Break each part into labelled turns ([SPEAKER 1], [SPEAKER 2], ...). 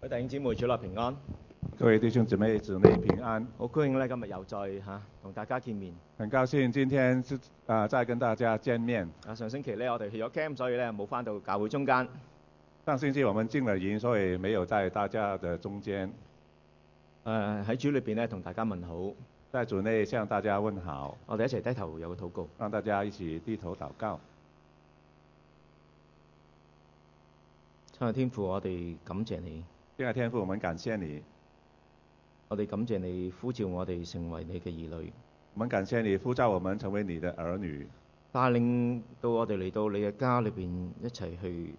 [SPEAKER 1] 各位弟兄姊妹，主內平安。
[SPEAKER 2] 各位弟兄姊妹、姊妹平安！
[SPEAKER 1] 好高興咧，今日又再嚇同、大家見面。
[SPEAKER 2] 很高兴今天是啊、再跟大家见面。
[SPEAKER 1] 啊，上星期咧我哋去咗 camp，所以咧冇翻到教會中間。
[SPEAKER 2] 上星期我们进了营，所以没有在大家的中间，
[SPEAKER 1] 誒、啊喺主裏邊咧同大家問好，
[SPEAKER 2] 在主内向大家问好，
[SPEAKER 1] 我哋一齊低頭有個禱告。
[SPEAKER 2] 让大家一起低头祷告。
[SPEAKER 1] 親愛天父，我哋感謝你，
[SPEAKER 2] 亲爱天父，我们感谢你，
[SPEAKER 1] 我哋感謝你呼召我哋成為你嘅兒女，
[SPEAKER 2] 我们感谢你呼召我们成为你的儿女，
[SPEAKER 1] 帶領到我哋嚟到你嘅家裏邊一齊去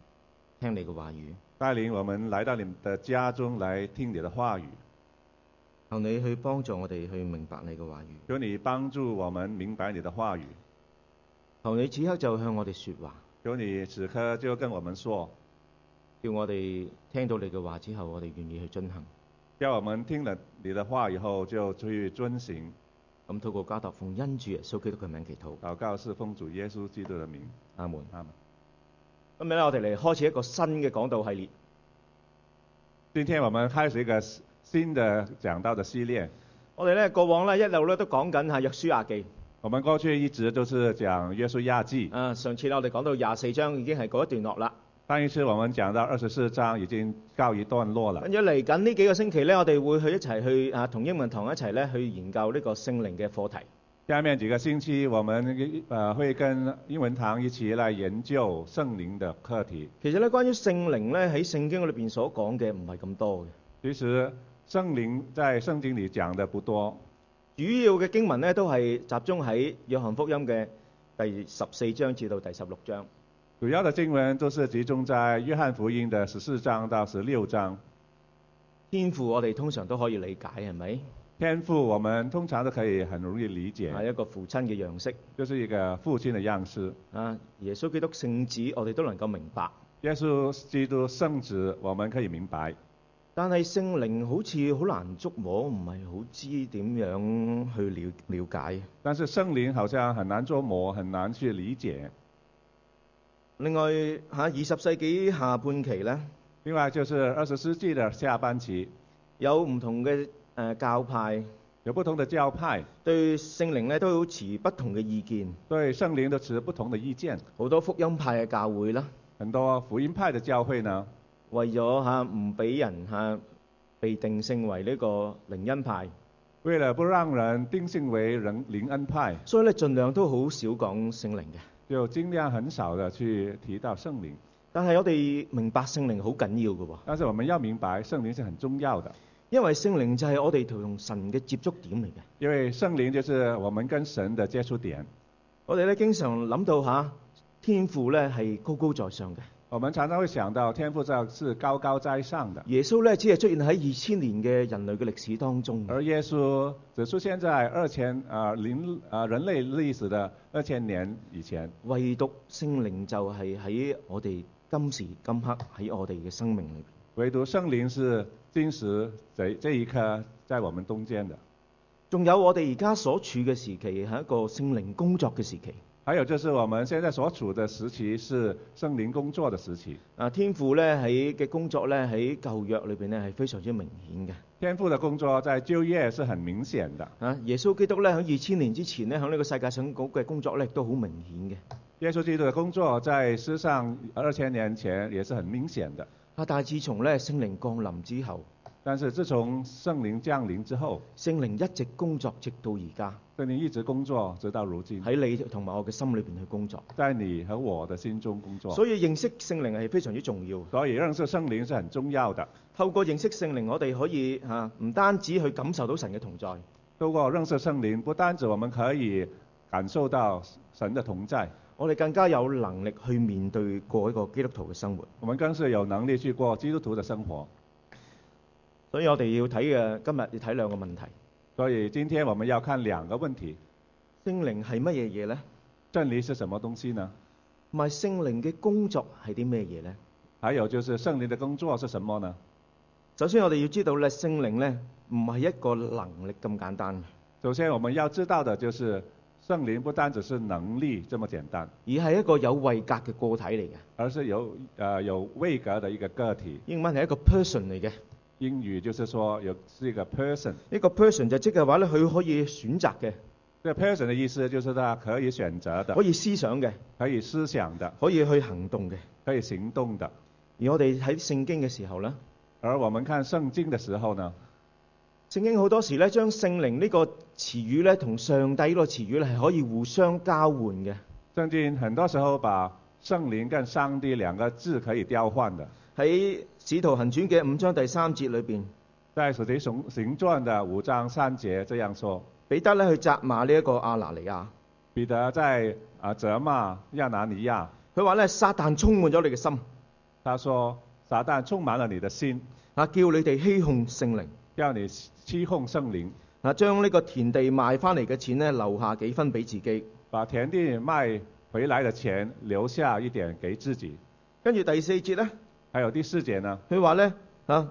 [SPEAKER 1] 聽你嘅話語。
[SPEAKER 2] 带领我们来到你们的家中来听你的话语。
[SPEAKER 1] 求你去幫助我哋去明白你嘅話語。
[SPEAKER 2] 求你帮助我们明白你的话语，
[SPEAKER 1] 求你此刻就向我哋説話，
[SPEAKER 2] 求你此刻就跟我们说，
[SPEAKER 1] 叫我哋聽到你嘅話之後，我哋願意去遵行。
[SPEAKER 2] 叫我们听了你的话以后就去遵行。
[SPEAKER 1] 咁透過交託奉恩主耶穌基督嘅名祈禱，
[SPEAKER 2] 祷告是奉主耶稣基督的名，
[SPEAKER 1] 阿門。
[SPEAKER 2] 阿门。
[SPEAKER 1] 今日咧，我哋嚟開始一個新嘅講道系列。
[SPEAKER 2] 今天我们开始一个新的讲道的系列。
[SPEAKER 1] 我哋咧過往咧一路咧都講緊係約書亞記。
[SPEAKER 2] 我们过去一直都是讲约书亚记，
[SPEAKER 1] 啊，上次呢我哋講到廿四章已經係告一段落啦。
[SPEAKER 2] 上一次我们讲到二十四章已經告一段落了。
[SPEAKER 1] 跟住嚟緊呢幾個星期咧，我哋會去一齊去啊，同英文堂一齊咧去研究呢個聖靈嘅課題。
[SPEAKER 2] 下面几个星期我们呃会跟英文堂一起来研究圣灵的课题。
[SPEAKER 1] 其實咧，關於聖靈咧喺聖經裏邊所講嘅唔係咁多嘅，
[SPEAKER 2] 其实圣灵在圣经里讲的不多，
[SPEAKER 1] 主要嘅經文咧都係集中喺約翰福音嘅第十四章至到第十六章。
[SPEAKER 2] 主要的经文都是集中在约翰福音的十四章到十六章。
[SPEAKER 1] 天父我哋通常都可以理解係咪？
[SPEAKER 2] 天赋我们通常都可以很容易理解，
[SPEAKER 1] 係一個父親嘅樣式。
[SPEAKER 2] 就是一个父亲的样式。
[SPEAKER 1] 啊，耶穌基督聖子，我哋都能夠明白，
[SPEAKER 2] 耶稣基督圣子，我们可以明白，
[SPEAKER 1] 但係聖靈好似好難捉摸，唔係好知點樣去了了解。
[SPEAKER 2] 但是圣灵好像很难捉摸，很难去理解。
[SPEAKER 1] 另外嚇，二、十世紀下半期呢，
[SPEAKER 2] 另外就是二十世纪的下半期，
[SPEAKER 1] 有唔同嘅誒、呃教派
[SPEAKER 2] 有不同的教派
[SPEAKER 1] 對聖靈咧都持不同嘅意見，
[SPEAKER 2] 对圣灵都持不同的意见。
[SPEAKER 1] 好多福音派嘅教會啦，
[SPEAKER 2] 很多福音派的教会呢，
[SPEAKER 1] 為咗嚇唔俾人嚇被定性為呢個靈恩派，
[SPEAKER 2] 为了不让人定性为人灵恩派，
[SPEAKER 1] 所以咧盡量都好少講聖靈嘅。
[SPEAKER 2] 就尽量很少的去提到圣灵。
[SPEAKER 1] 但係我哋明白聖靈好緊要嘅喎。
[SPEAKER 2] 但是我们要明白，圣灵是很重要的，
[SPEAKER 1] 因為聖靈就係我哋同神嘅接觸點嚟嘅。
[SPEAKER 2] 因为圣灵就是我们跟神的接触点。
[SPEAKER 1] 我哋咧經常諗到吓天父咧係高高在上嘅，
[SPEAKER 2] 我们常常会想到天父上是高高在上的。
[SPEAKER 1] 耶穌咧只係出現喺二千年嘅人類嘅歷史當中。
[SPEAKER 2] 而耶稣只出现在二千啊零啊人类历史的二千年以前，
[SPEAKER 1] 唯獨聖靈就係喺我哋今時今刻喺我哋嘅生命裏邊。
[SPEAKER 2] 唯独圣灵是今时这这一刻在我们中间的。
[SPEAKER 1] 仲有我哋而家所處嘅時期係一個聖靈工作嘅時期。
[SPEAKER 2] 还有就是我们现在所处的时期是圣灵工作的时期，
[SPEAKER 1] 啊，天父咧喺嘅工作咧喺舊約裏邊咧係非常之明顯嘅。
[SPEAKER 2] 天父的工作在就业是很明显的。
[SPEAKER 1] 啊，耶穌基督咧喺二千年之前咧喺呢個世界上嗰嘅工作咧都好明顯嘅。
[SPEAKER 2] 耶稣基督的工作在世上二千年前也是很明显的，
[SPEAKER 1] 啊！但係自從咧聖靈降臨之後，
[SPEAKER 2] 但是自从圣灵降临之后，
[SPEAKER 1] 聖靈一直工作，直到而家
[SPEAKER 2] 圣灵一直工作直到如今，
[SPEAKER 1] 喺你同埋我嘅心裏邊去工作。
[SPEAKER 2] 在你和我的心中工作。
[SPEAKER 1] 所以認識聖靈係非常之重要。
[SPEAKER 2] 所以认识圣灵是很重要的。
[SPEAKER 1] 透過認識聖靈，我哋可以啊唔單止去感受到神嘅同在，
[SPEAKER 2] 透过认识圣灵，不单止我们可以感受到神的同在，
[SPEAKER 1] 我哋更加有能力去面對過一個基督徒嘅生活。
[SPEAKER 2] 我们更是有能力去过基督徒的生活。
[SPEAKER 1] 所以我哋要睇嘅今日要睇兩個問題：
[SPEAKER 2] 所以今天我们要看两个问题：
[SPEAKER 1] 聖靈係乜嘢嘢呢？
[SPEAKER 2] 真理是什么东西呢？
[SPEAKER 1] 同埋聖靈嘅工作係啲咩嘢呢？
[SPEAKER 2] 还有就是圣灵的工作是什么呢？
[SPEAKER 1] 首先我哋要知道咧，聖靈咧唔係一個能力咁簡單嘅。
[SPEAKER 2] 首先我们要知道的就是，圣灵不单只是能力这么简单，
[SPEAKER 1] 而係一個有位格
[SPEAKER 2] 嗯
[SPEAKER 1] 嘅個體嚟嘅，
[SPEAKER 2] 而是有呃有位格的一个个体，
[SPEAKER 1] 英文係一個 person 嚟嘅。
[SPEAKER 2] 英语就是说有是一个 person，
[SPEAKER 1] 呢個 person 就即係話咧，佢可以選擇嘅，
[SPEAKER 2] 这个 person 的意思就是他可以选择的
[SPEAKER 1] 可，以思想嘅，
[SPEAKER 2] 可以思想的，
[SPEAKER 1] 可以去行動嘅。
[SPEAKER 2] 可以行动的。
[SPEAKER 1] 而我哋喺聖經嘅時候咧，
[SPEAKER 2] 而我们看圣经的时候呢，
[SPEAKER 1] 聖經好多時咧將聖靈呢個詞語咧同上帝呢個詞語咧係可以互相交換嘅，
[SPEAKER 2] 圣经很多时候把圣灵跟上帝两个字可以调换的。
[SPEAKER 1] 喺《使徒行傳》嘅五章第三節裏邊，
[SPEAKER 2] 在《使徒行行传》的五章三节这样说：
[SPEAKER 1] 彼得咧去責罵呢一個亞拿尼亞，
[SPEAKER 2] 彼得在啊责骂亚拿尼亚，
[SPEAKER 1] 佢話咧撒旦充滿咗你嘅心，
[SPEAKER 2] 他说：撒旦充满了你的心，
[SPEAKER 1] 啊叫你哋欺哄聖靈，
[SPEAKER 2] 要你欺哄圣灵，
[SPEAKER 1] 啊將呢個田地賣翻嚟嘅錢咧留下幾分俾自己。
[SPEAKER 2] 把田地卖回来的钱留下一点给自己。
[SPEAKER 1] 跟住第四節咧，
[SPEAKER 2] 还有第四节呢，
[SPEAKER 1] 佢話咧啊，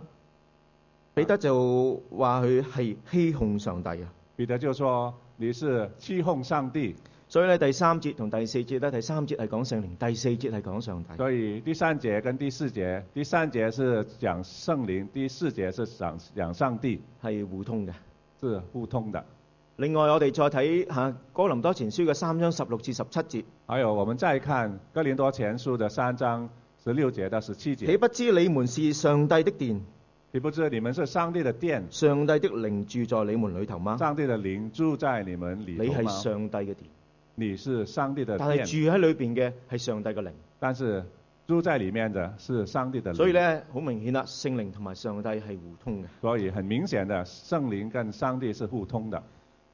[SPEAKER 1] 彼得就話佢係欺哄上帝啊。
[SPEAKER 2] 彼得就说你是欺哄上帝，
[SPEAKER 1] 所以咧第三節同第四節咧，第三節係講聖靈，第四節係講上帝。
[SPEAKER 2] 所以第三节跟第四节，第三节是讲圣灵，第四节是讲讲上帝，
[SPEAKER 1] 係互通嘅。
[SPEAKER 2] 是互通的。
[SPEAKER 1] 另外，我哋再睇下《哥林多前書》嘅三章十六至十七節。
[SPEAKER 2] 还有我们再看《哥林多前书》的三章十六节到十七
[SPEAKER 1] 岂
[SPEAKER 2] 节，
[SPEAKER 1] 不知你們是上帝的殿，
[SPEAKER 2] 你不知你们是上帝的殿，
[SPEAKER 1] 上帝的靈住在你們裏頭嗎？
[SPEAKER 2] 上帝的灵住在你们里
[SPEAKER 1] 你
[SPEAKER 2] 头
[SPEAKER 1] 係
[SPEAKER 2] 吗？
[SPEAKER 1] 上帝嘅殿，
[SPEAKER 2] 你是上帝的
[SPEAKER 1] 但係
[SPEAKER 2] 殿，
[SPEAKER 1] 住喺裏邊嘅係上帝嘅靈。
[SPEAKER 2] 但是住在里面的是上帝的灵。
[SPEAKER 1] 所以，咧，好明顯啦，聖靈同埋上帝係互通嘅。
[SPEAKER 2] 所以很明显的，圣灵跟上帝是互通的。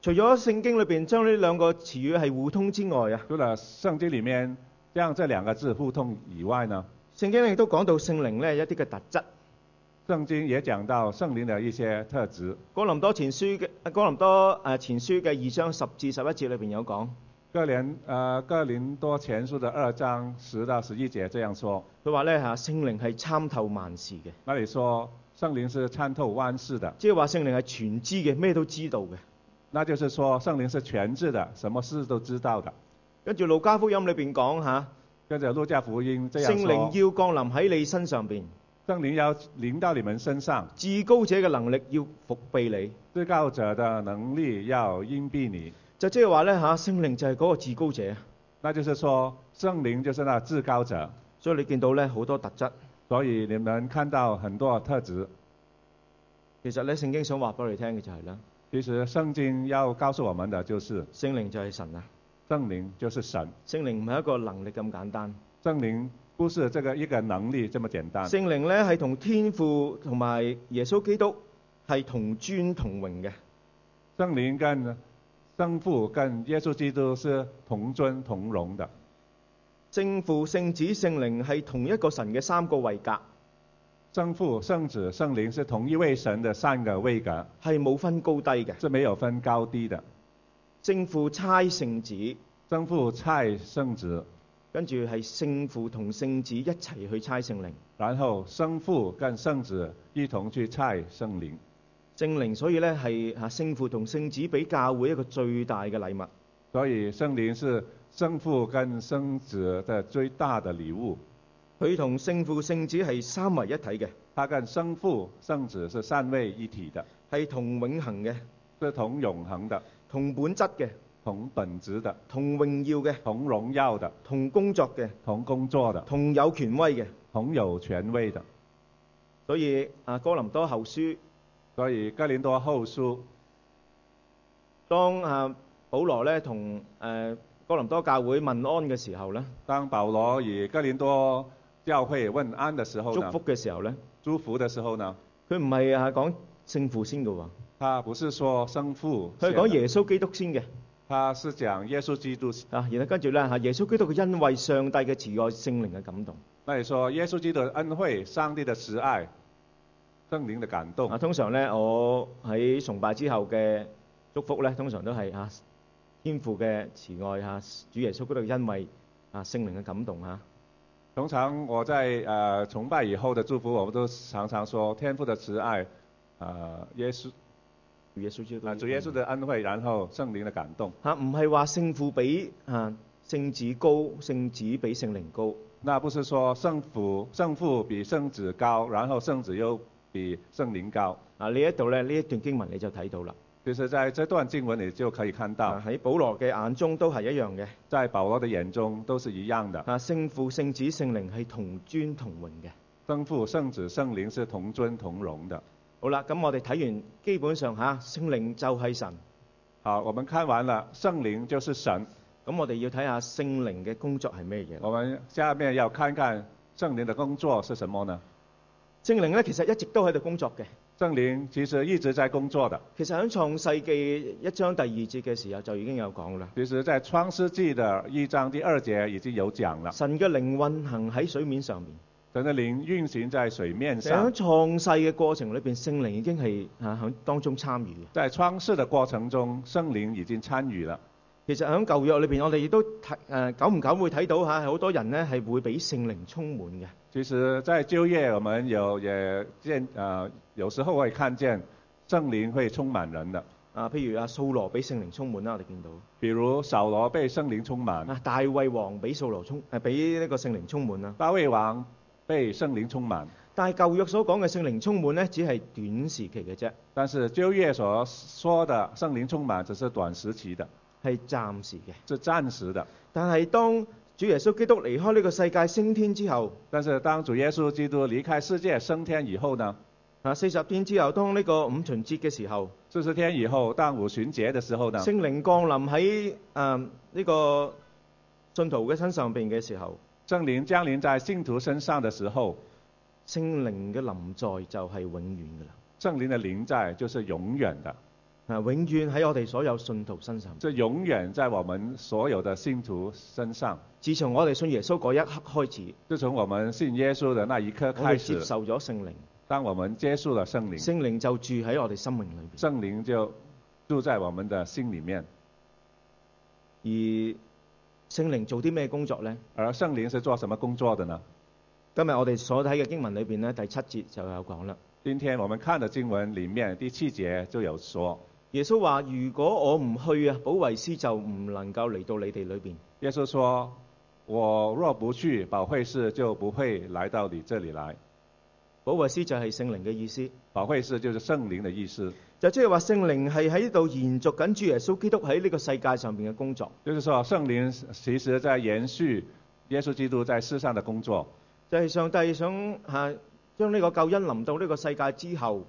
[SPEAKER 1] 除咗聖經裏邊將呢兩個詞語係互通之外啊，
[SPEAKER 2] 除了圣经里面让这两个字互通以外呢，
[SPEAKER 1] 聖經亦都講到聖靈呢一啲嘅特質。
[SPEAKER 2] 圣经也讲到圣灵的一些特质。
[SPEAKER 1] 哥林多前書嘅啊哥林多誒前書嘅二章十至十一節裏邊有講，
[SPEAKER 2] 哥林呃哥林多前书的二章十到十一节这样说，
[SPEAKER 1] 佢話咧嚇聖靈係參透萬事嘅，
[SPEAKER 2] 那里说圣灵是参透万事的，
[SPEAKER 1] 即係話聖靈係全知嘅，咩都知道嘅。
[SPEAKER 2] 那就是说圣灵是全知的，什么事都知道的。
[SPEAKER 1] 跟住路加福音裏邊講嚇，
[SPEAKER 2] 跟着路加福音这样
[SPEAKER 1] 聖靈要
[SPEAKER 2] 说，
[SPEAKER 1] 降臨喺你身上邊，
[SPEAKER 2] 圣灵要临到你们身上，
[SPEAKER 1] 至高者嘅能力要伏庇你，
[SPEAKER 2] 至高者的能力要荫蔽你。
[SPEAKER 1] 就即係話咧嚇聖靈就係嗰個至高者，
[SPEAKER 2] 那就是说圣灵就是那至高者，
[SPEAKER 1] 所以你見到咧好多特質。
[SPEAKER 2] 所以你们看到很多特质。
[SPEAKER 1] 其實咧聖經想話俾我哋聽嘅就係、咧，
[SPEAKER 2] 其实圣经要告诉我们的就是
[SPEAKER 1] 聖靈就係神啊，
[SPEAKER 2] 圣灵就是神，
[SPEAKER 1] 聖靈唔係一個能力咁簡單。
[SPEAKER 2] 圣灵不是这个一个能力这么简单。
[SPEAKER 1] 聖靈咧係同天父同埋耶穌基督係同尊同榮嘅，
[SPEAKER 2] 圣灵跟圣父跟耶稣基督是同尊同荣的，
[SPEAKER 1] 聖父、聖子、聖靈係同一個神嘅三個位格，
[SPEAKER 2] 圣父、圣子、圣灵是同一位神的三个位格，
[SPEAKER 1] 係冇分高低嘅。
[SPEAKER 2] 是没有分高低的。
[SPEAKER 1] 聖父差聖子，
[SPEAKER 2] 圣父差圣子，
[SPEAKER 1] 跟住係聖父同聖子一齊去差聖靈。
[SPEAKER 2] 然后圣父跟圣子一同去差圣灵。
[SPEAKER 1] 聖靈所以咧係啊聖父同聖子俾教會一個最大嘅禮物。
[SPEAKER 2] 所以圣灵是圣父跟圣子的最大的礼物。
[SPEAKER 1] 佢同聖父、聖子係三為一體嘅，
[SPEAKER 2] 它跟生父、生子是三位一体的，
[SPEAKER 1] 係同永恆嘅、
[SPEAKER 2] 是同永恒的、
[SPEAKER 1] 同本質嘅、
[SPEAKER 2] 同本质的、
[SPEAKER 1] 同榮耀嘅、
[SPEAKER 2] 同荣耀的、
[SPEAKER 1] 同工作嘅、
[SPEAKER 2] 同工作的、
[SPEAKER 1] 同有權威嘅。
[SPEAKER 2] 同有权威的。
[SPEAKER 1] 所以啊，哥林多後書，
[SPEAKER 2] 所以哥林多后书，
[SPEAKER 1] 當啊保羅咧同誒哥林多教會問安嘅時候咧，
[SPEAKER 2] 当保罗与哥林多教会问安的时候
[SPEAKER 1] 祝
[SPEAKER 2] 呢，
[SPEAKER 1] 福嘅時候咧，
[SPEAKER 2] 祝福的时候呢，
[SPEAKER 1] 佢唔係啊講聖父先嘅喎，
[SPEAKER 2] 他不是说生父
[SPEAKER 1] 佢
[SPEAKER 2] 先
[SPEAKER 1] 係
[SPEAKER 2] 的，
[SPEAKER 1] 講耶穌基督先嘅
[SPEAKER 2] 他是讲耶稣基督先。
[SPEAKER 1] 啊。然後跟住咧嚇，耶穌基督嘅恩惠、上帝嘅慈愛、聖靈嘅感動
[SPEAKER 2] 那你说耶稣基督的恩惠、上帝的慈爱、圣灵的感动
[SPEAKER 1] 啊。，通常咧，我喺崇拜之後嘅祝福咧，通常都係啊天父嘅慈愛啊，主耶穌基督嘅恩惠啊，聖靈嘅感動啊。
[SPEAKER 2] 通常我在呃崇拜以后的祝福，我们都常常说天父的慈爱，呃耶稣
[SPEAKER 1] 主耶穌基督
[SPEAKER 2] 啊主耶穌的恩惠，然后圣灵的感动。
[SPEAKER 1] 嚇，唔係話聖父比嚇聖子高，聖子比聖靈高，
[SPEAKER 2] 那不是说圣父圣父比圣子高，然后圣子又比圣灵高。
[SPEAKER 1] 啊，呢一度咧，呢一段經文你就睇到啦。
[SPEAKER 2] 其實在這段經文你就可以看到
[SPEAKER 1] 啊，，喺保羅嘅眼中都係一樣嘅。
[SPEAKER 2] 在保羅的眼中都是一樣的，
[SPEAKER 1] 啊，聖父、聖子、聖靈係同尊同榮嘅。
[SPEAKER 2] 聖父、聖子、聖靈是同尊同榮的。
[SPEAKER 1] 好啦，咁我哋睇完，基本上吓、聖靈就係神。
[SPEAKER 2] 好，我們看完了，聖靈就是神。
[SPEAKER 1] 咁我哋要睇下聖靈嘅工作係咩嘢啦。
[SPEAKER 2] 我們下面要看看聖靈的工作是什麼呢？
[SPEAKER 1] 聖靈咧其實一直都喺度工作嘅。
[SPEAKER 2] 聖靈其實一直在工作的，
[SPEAKER 1] 其實喺創世記一章第二節嘅時候就已經有講啦。
[SPEAKER 2] 其實在創世紀的一章第二節已經有講了，
[SPEAKER 1] 神嘅靈運行喺水面上面。
[SPEAKER 2] 神的靈運行在水面
[SPEAKER 1] 喺
[SPEAKER 2] 上，
[SPEAKER 1] 創世嘅過程裏邊，聖靈已經係啊喺當中參與嘅。
[SPEAKER 2] 在創世的過程中，聖靈已經參與了。
[SPEAKER 1] 其實喺舊約裏邊，我哋亦都睇誒、久唔久會睇到嚇，好多人呢係會俾聖靈充滿嘅。
[SPEAKER 2] 其實，在就業我們有也見呃，有時候會看見聖靈會充滿人的，
[SPEAKER 1] 啊，譬如啊，掃羅俾聖靈充滿啦，我哋見到
[SPEAKER 2] 比如掃羅被聖靈充滿，
[SPEAKER 1] 啊，大衛王俾掃羅充誒俾呢個聖靈充滿啦。
[SPEAKER 2] 大衛王被聖靈充滿。
[SPEAKER 1] 但係舊約所講嘅聖靈充滿呢，只係短時期嘅啫，
[SPEAKER 2] 但是就業所說的聖靈充滿只是短時期的，
[SPEAKER 1] 係暫時嘅。
[SPEAKER 2] 是暫時的。
[SPEAKER 1] 但係當主耶穌基督離開呢個世界升天之後，
[SPEAKER 2] 但是當主耶穌基督離開世界升天以後呢，
[SPEAKER 1] 啊四十天之後，當呢個五旬節嘅時候，
[SPEAKER 2] 四十天以後，當五旬節的時候呢，
[SPEAKER 1] 聖靈降臨喺誒呢個信徒嘅身上邊嘅時候，
[SPEAKER 2] 聖靈降臨在信徒身上的時候，
[SPEAKER 1] 聖靈嘅臨在就係永遠㗎啦。
[SPEAKER 2] 聖靈的臨在就是永遠的，
[SPEAKER 1] 啊，永遠喺我哋所有信徒身上。
[SPEAKER 2] 这永遠在我們所有的信徒身上。
[SPEAKER 1] 自從我哋信耶穌嗰一刻開始，
[SPEAKER 2] 自從我們信耶穌的那一刻
[SPEAKER 1] 我哋
[SPEAKER 2] 開
[SPEAKER 1] 接
[SPEAKER 2] 始，啊
[SPEAKER 1] 受咗聖靈，
[SPEAKER 2] 當我們接觸了聖靈，
[SPEAKER 1] 聖靈就住喺我哋生命裏邊。
[SPEAKER 2] 聖靈就住在我們的心裡面。
[SPEAKER 1] 而聖靈做啲咩工作呢？
[SPEAKER 2] 而聖靈是做什麼工作的呢？
[SPEAKER 1] 今日我哋所睇嘅經文裏邊呢，第七節就有講啦。
[SPEAKER 2] 今天我們看的經文裡面第七節就有說，
[SPEAKER 1] 耶穌話：如果我唔去啊，保惠師就唔能夠嚟到你哋裏邊。
[SPEAKER 2] 耶穌說：“我若不去，保惠師就不會來到你這裡來。
[SPEAKER 1] 保惠師就係聖靈嘅意思，
[SPEAKER 2] 保惠師就是聖靈的意思，
[SPEAKER 1] 就即係話聖靈係喺度延續緊主耶穌基督喺呢個世界上邊嘅工作，
[SPEAKER 2] 就是說聖靈其實在延續耶穌基督在世上的工作，
[SPEAKER 1] 就係、上帝想嚇將呢個救恩臨到呢個世界之後。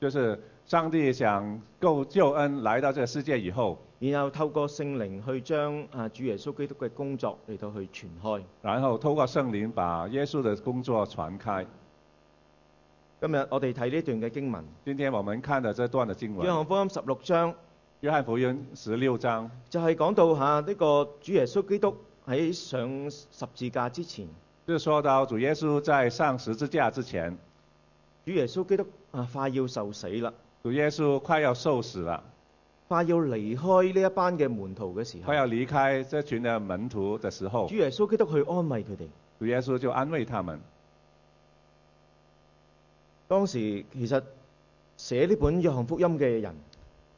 [SPEAKER 2] 就是上帝想夠救恩來到這個世界以後，
[SPEAKER 1] 然後透過聖靈去將啊主耶穌基督嘅工作嚟到去傳開。
[SPEAKER 2] 然後透過聖靈把耶穌的工作傳開。
[SPEAKER 1] 今日我哋睇呢段嘅經文，
[SPEAKER 2] 今天我們看的這段的經
[SPEAKER 1] 約
[SPEAKER 2] 文，
[SPEAKER 1] 翰福音十六章
[SPEAKER 2] 約翰福音十六章，
[SPEAKER 1] 就係、講到嚇呢、個主耶穌基督喺上十字架之前，
[SPEAKER 2] 就是說到主耶穌在上十字架之前，
[SPEAKER 1] 主耶穌基督啊快要受死啦，
[SPEAKER 2] 主耶穌快要受死了，
[SPEAKER 1] 快要離開呢一班嘅門徒嘅時候，
[SPEAKER 2] 快要離開這群的門徒的時候
[SPEAKER 1] 主，耶穌基督去安慰佢哋。
[SPEAKER 2] 主耶穌就安慰他們。
[SPEAKER 1] 當時其實寫呢本約翰福音嘅人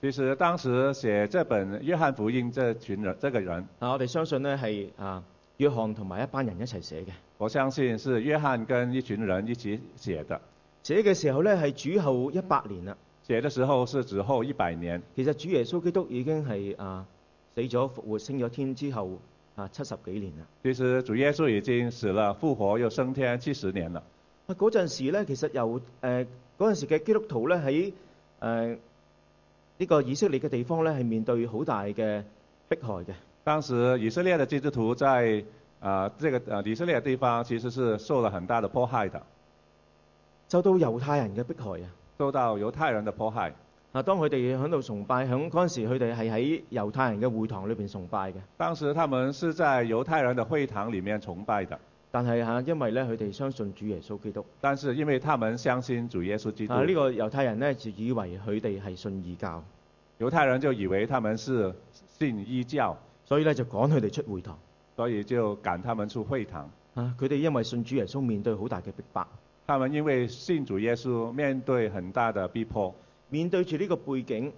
[SPEAKER 2] 其實當時寫這本《約翰福音》這群人，這個人，
[SPEAKER 1] 啊，我哋相信呢係啊約翰同埋一班人一齊寫嘅。
[SPEAKER 2] 我相信是約翰跟一群人一起寫的。
[SPEAKER 1] 寫嘅時候呢係主後一百年啦。
[SPEAKER 2] 寫的時候是之後一百年，
[SPEAKER 1] 其實主耶穌基督已經係啊死咗復活升咗天之後啊七十幾年啦。
[SPEAKER 2] 其實主耶穌已經死了，復活又升天七十年了。
[SPEAKER 1] 啊嗰陣時咧，其實由誒嗰陣時嘅基督徒咧喺誒呢個以色列嘅地方咧係面對好大嘅迫害嘅。
[SPEAKER 2] 當時以色列的基督徒在啊、呃這個呃以色列的地方其實是受了很大的迫害的，
[SPEAKER 1] 受到猶太人嘅迫害啊！
[SPEAKER 2] 受到猶太人的迫害。
[SPEAKER 1] 啊，當佢哋喺度崇拜，響嗰陣時佢哋係喺猶太人嘅會堂裏邊崇拜嘅。
[SPEAKER 2] 當時他們是在猶太人的會堂裡面崇拜的，
[SPEAKER 1] 但係嚇、啊因為咧佢哋相信主耶穌基督，
[SPEAKER 2] 但是因為他們相信主耶穌基督，
[SPEAKER 1] 啊呢、個猶太人咧就以為佢哋係信異教，
[SPEAKER 2] 猶太人就以為他們是信異教，
[SPEAKER 1] 所以咧就趕佢哋出會堂。
[SPEAKER 2] 所以就趕他們出會堂。
[SPEAKER 1] 啊！佢哋因為信主耶穌，面對好大嘅逼迫，
[SPEAKER 2] 他們因為信主耶穌，面對很大的逼迫，
[SPEAKER 1] 面對住呢個背景，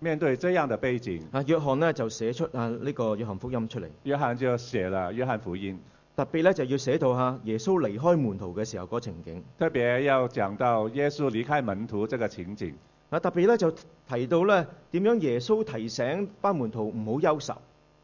[SPEAKER 2] 面對這樣的背景，
[SPEAKER 1] 啊，約翰呢就寫出啊呢、個約翰福音出嚟。
[SPEAKER 2] 約翰就寫了《約翰福音》。
[SPEAKER 1] 特別咧就要寫到嚇耶穌離開門徒嘅時候嗰情景。
[SPEAKER 2] 特别要讲到耶稣离开门徒这个情景，
[SPEAKER 1] 啊，特別咧就提到咧點樣耶穌提醒班門徒唔好憂愁。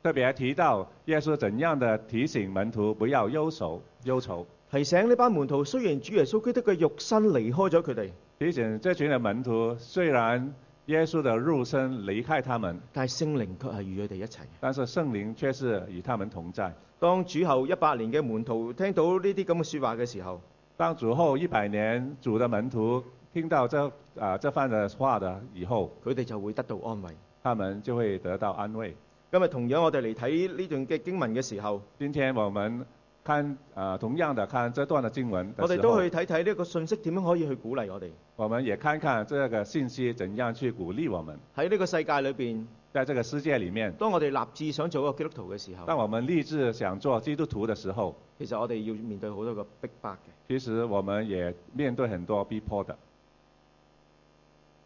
[SPEAKER 2] 特别提到耶稣怎样的提醒门徒不要忧愁，忧愁
[SPEAKER 1] 提醒呢班門徒，雖然主耶穌基督嘅肉身離開咗佢哋，
[SPEAKER 2] 提醒这群的门徒，虽然耶稣的肉身离开他们，
[SPEAKER 1] 但係聖靈卻係與佢哋一齊。
[SPEAKER 2] 但是圣灵却是与他们同在。
[SPEAKER 1] 當主後一百年嘅門徒聽到呢啲咁嘅説話嘅時候，
[SPEAKER 2] 当主后一百年，主的门徒听到这啊、这番的话的以后，
[SPEAKER 1] 佢哋就會得到安慰。
[SPEAKER 2] 他们就会得到安慰。
[SPEAKER 1] 今日同樣我哋嚟睇呢段嘅經文嘅時候，
[SPEAKER 2] 今天我们看啊、呃同样的看这段的经文的
[SPEAKER 1] 我哋
[SPEAKER 2] 时
[SPEAKER 1] 都
[SPEAKER 2] 候
[SPEAKER 1] 去，睇睇呢個信息點樣可以去鼓勵我哋
[SPEAKER 2] 我们也看看这个信息怎样去鼓励我们。
[SPEAKER 1] 喺呢個世界裏邊。
[SPEAKER 2] 在这个世界里面，
[SPEAKER 1] 當我哋立志想做一個基督徒嘅時
[SPEAKER 2] 当
[SPEAKER 1] 候，
[SPEAKER 2] 我们立志想做基督徒的时候，
[SPEAKER 1] 其實我哋要面對好多個逼迫嘅。
[SPEAKER 2] 其实我们也面对很多逼迫的。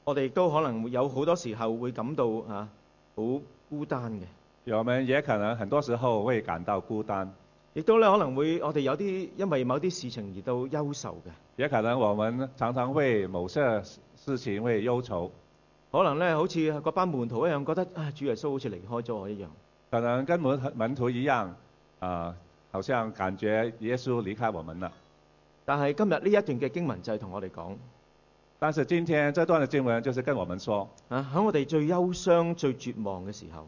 [SPEAKER 1] 我哋亦都可能會有好多時候會感到啊好孤單嘅，
[SPEAKER 2] 我们也可能很多时候会感到孤单，
[SPEAKER 1] 亦都咧可能會我哋有啲因為某啲事情而到憂愁嘅，
[SPEAKER 2] 也可能我们常常为某些事情会忧愁，
[SPEAKER 1] 可能咧好似嗰班門徒一樣，覺得啊主耶穌好似離開咗我一樣。
[SPEAKER 2] 可能跟门门徒一样，啊、好像感觉耶稣离开我们了。
[SPEAKER 1] 但係今日呢一段嘅經文就係同我哋講
[SPEAKER 2] 但是今天这段的经文就是跟我们说，
[SPEAKER 1] 啊喺我哋最憂傷、最絕望嘅時候，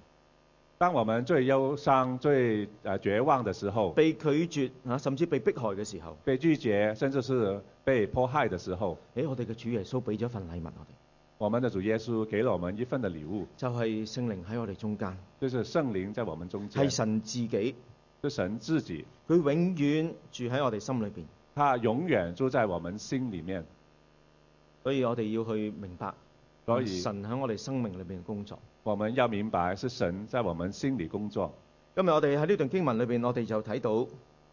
[SPEAKER 2] 当我们最忧伤、最呃绝望的时候，
[SPEAKER 1] 被拒絕啊甚至被迫害嘅時候，
[SPEAKER 2] 被拒绝，甚至是被迫害的时候，
[SPEAKER 1] 誒我哋嘅主耶穌俾咗一份禮物我哋，
[SPEAKER 2] 我们的主耶稣给了我们一份的礼物，
[SPEAKER 1] 就係、聖靈喺我哋中間，
[SPEAKER 2] 就是圣灵在我们中间
[SPEAKER 1] 係，神自己，
[SPEAKER 2] 是神自己，
[SPEAKER 1] 佢永遠住喺我哋心裏邊，
[SPEAKER 2] 他永远住在我们心里面。
[SPEAKER 1] 所以我哋要去明白。
[SPEAKER 2] 所以
[SPEAKER 1] 神喺我哋生命裏邊工作。
[SPEAKER 2] 我们要明白是神在我们心里工作。
[SPEAKER 1] 今日我哋喺呢段經文裏邊，我哋就睇到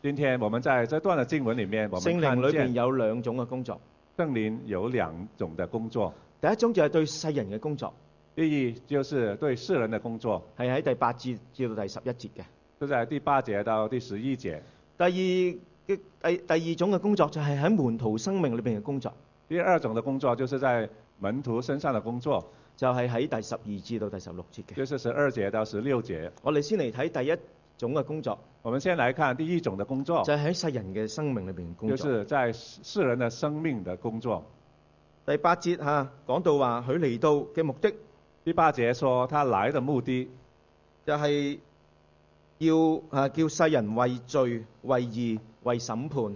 [SPEAKER 2] 今天我们在这段的经文里面，我
[SPEAKER 1] 聖靈
[SPEAKER 2] 们看
[SPEAKER 1] 裏邊
[SPEAKER 2] 见
[SPEAKER 1] 有兩種嘅工作。
[SPEAKER 2] 圣灵有两种的工作，
[SPEAKER 1] 第一種就係對世人嘅工作，
[SPEAKER 2] 第一就是对世人的工作，
[SPEAKER 1] 係喺第八節至到第十一節嘅。
[SPEAKER 2] 是在第八节到第十一节。
[SPEAKER 1] 第二嘅第第二種嘅工作就係喺門徒生命裏邊嘅工作，
[SPEAKER 2] 第二种的工作就是在门徒身上的工作，
[SPEAKER 1] 就係、喺第十二至到第十六節嘅。
[SPEAKER 2] 就是十二节到十六节。
[SPEAKER 1] 我哋先嚟睇第一種嘅工作，
[SPEAKER 2] 我们先来看第一种的工作，
[SPEAKER 1] 就係喺世人嘅生命裏邊嘅工
[SPEAKER 2] 就
[SPEAKER 1] 作。
[SPEAKER 2] 是在世人的生命的工作。
[SPEAKER 1] 第八節嚇、講到話佢嚟到嘅目的
[SPEAKER 2] 第八节说他来的目的
[SPEAKER 1] 就係要啊叫世人為罪、為義、為審判，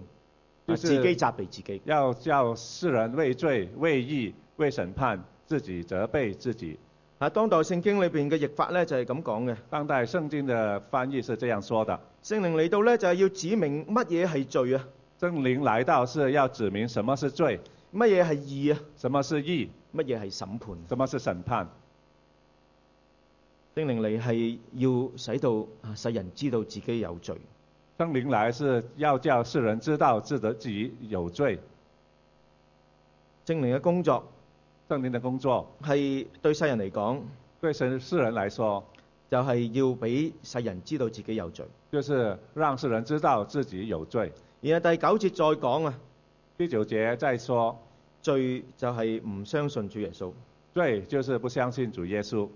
[SPEAKER 2] 就
[SPEAKER 1] 啊
[SPEAKER 2] 是
[SPEAKER 1] 自己責備自己。
[SPEAKER 2] 要叫世人畏罪、畏义、畏审判，自己责备自己。
[SPEAKER 1] 啊，當代聖經裏邊嘅譯法咧就係咁講嘅，
[SPEAKER 2] 当代圣经的翻译是这样说的：
[SPEAKER 1] 聖靈嚟到咧就係要指明乜嘢係罪啊，
[SPEAKER 2] 圣灵来到是要指明什么是罪，
[SPEAKER 1] 乜嘢係義啊，
[SPEAKER 2] 什么是义，
[SPEAKER 1] 乜嘢係審判。啊
[SPEAKER 2] 什么是审判。
[SPEAKER 1] 聖靈嚟係要使到啊世人知道自己有罪。
[SPEAKER 2] 圣灵来是要叫世人知道自得自己有罪。
[SPEAKER 1] 聖靈嘅工作
[SPEAKER 2] 圣灵的工作
[SPEAKER 1] 係對世人嚟講，
[SPEAKER 2] 对世世人来说，
[SPEAKER 1] 就係、要俾世人知道自己有罪。
[SPEAKER 2] 就是让世人知道自己有罪。
[SPEAKER 1] 然後第九節再講啊，
[SPEAKER 2] 第九节再说，
[SPEAKER 1] 罪就係唔相信主耶穌。
[SPEAKER 2] 罪就是不相信主耶稣。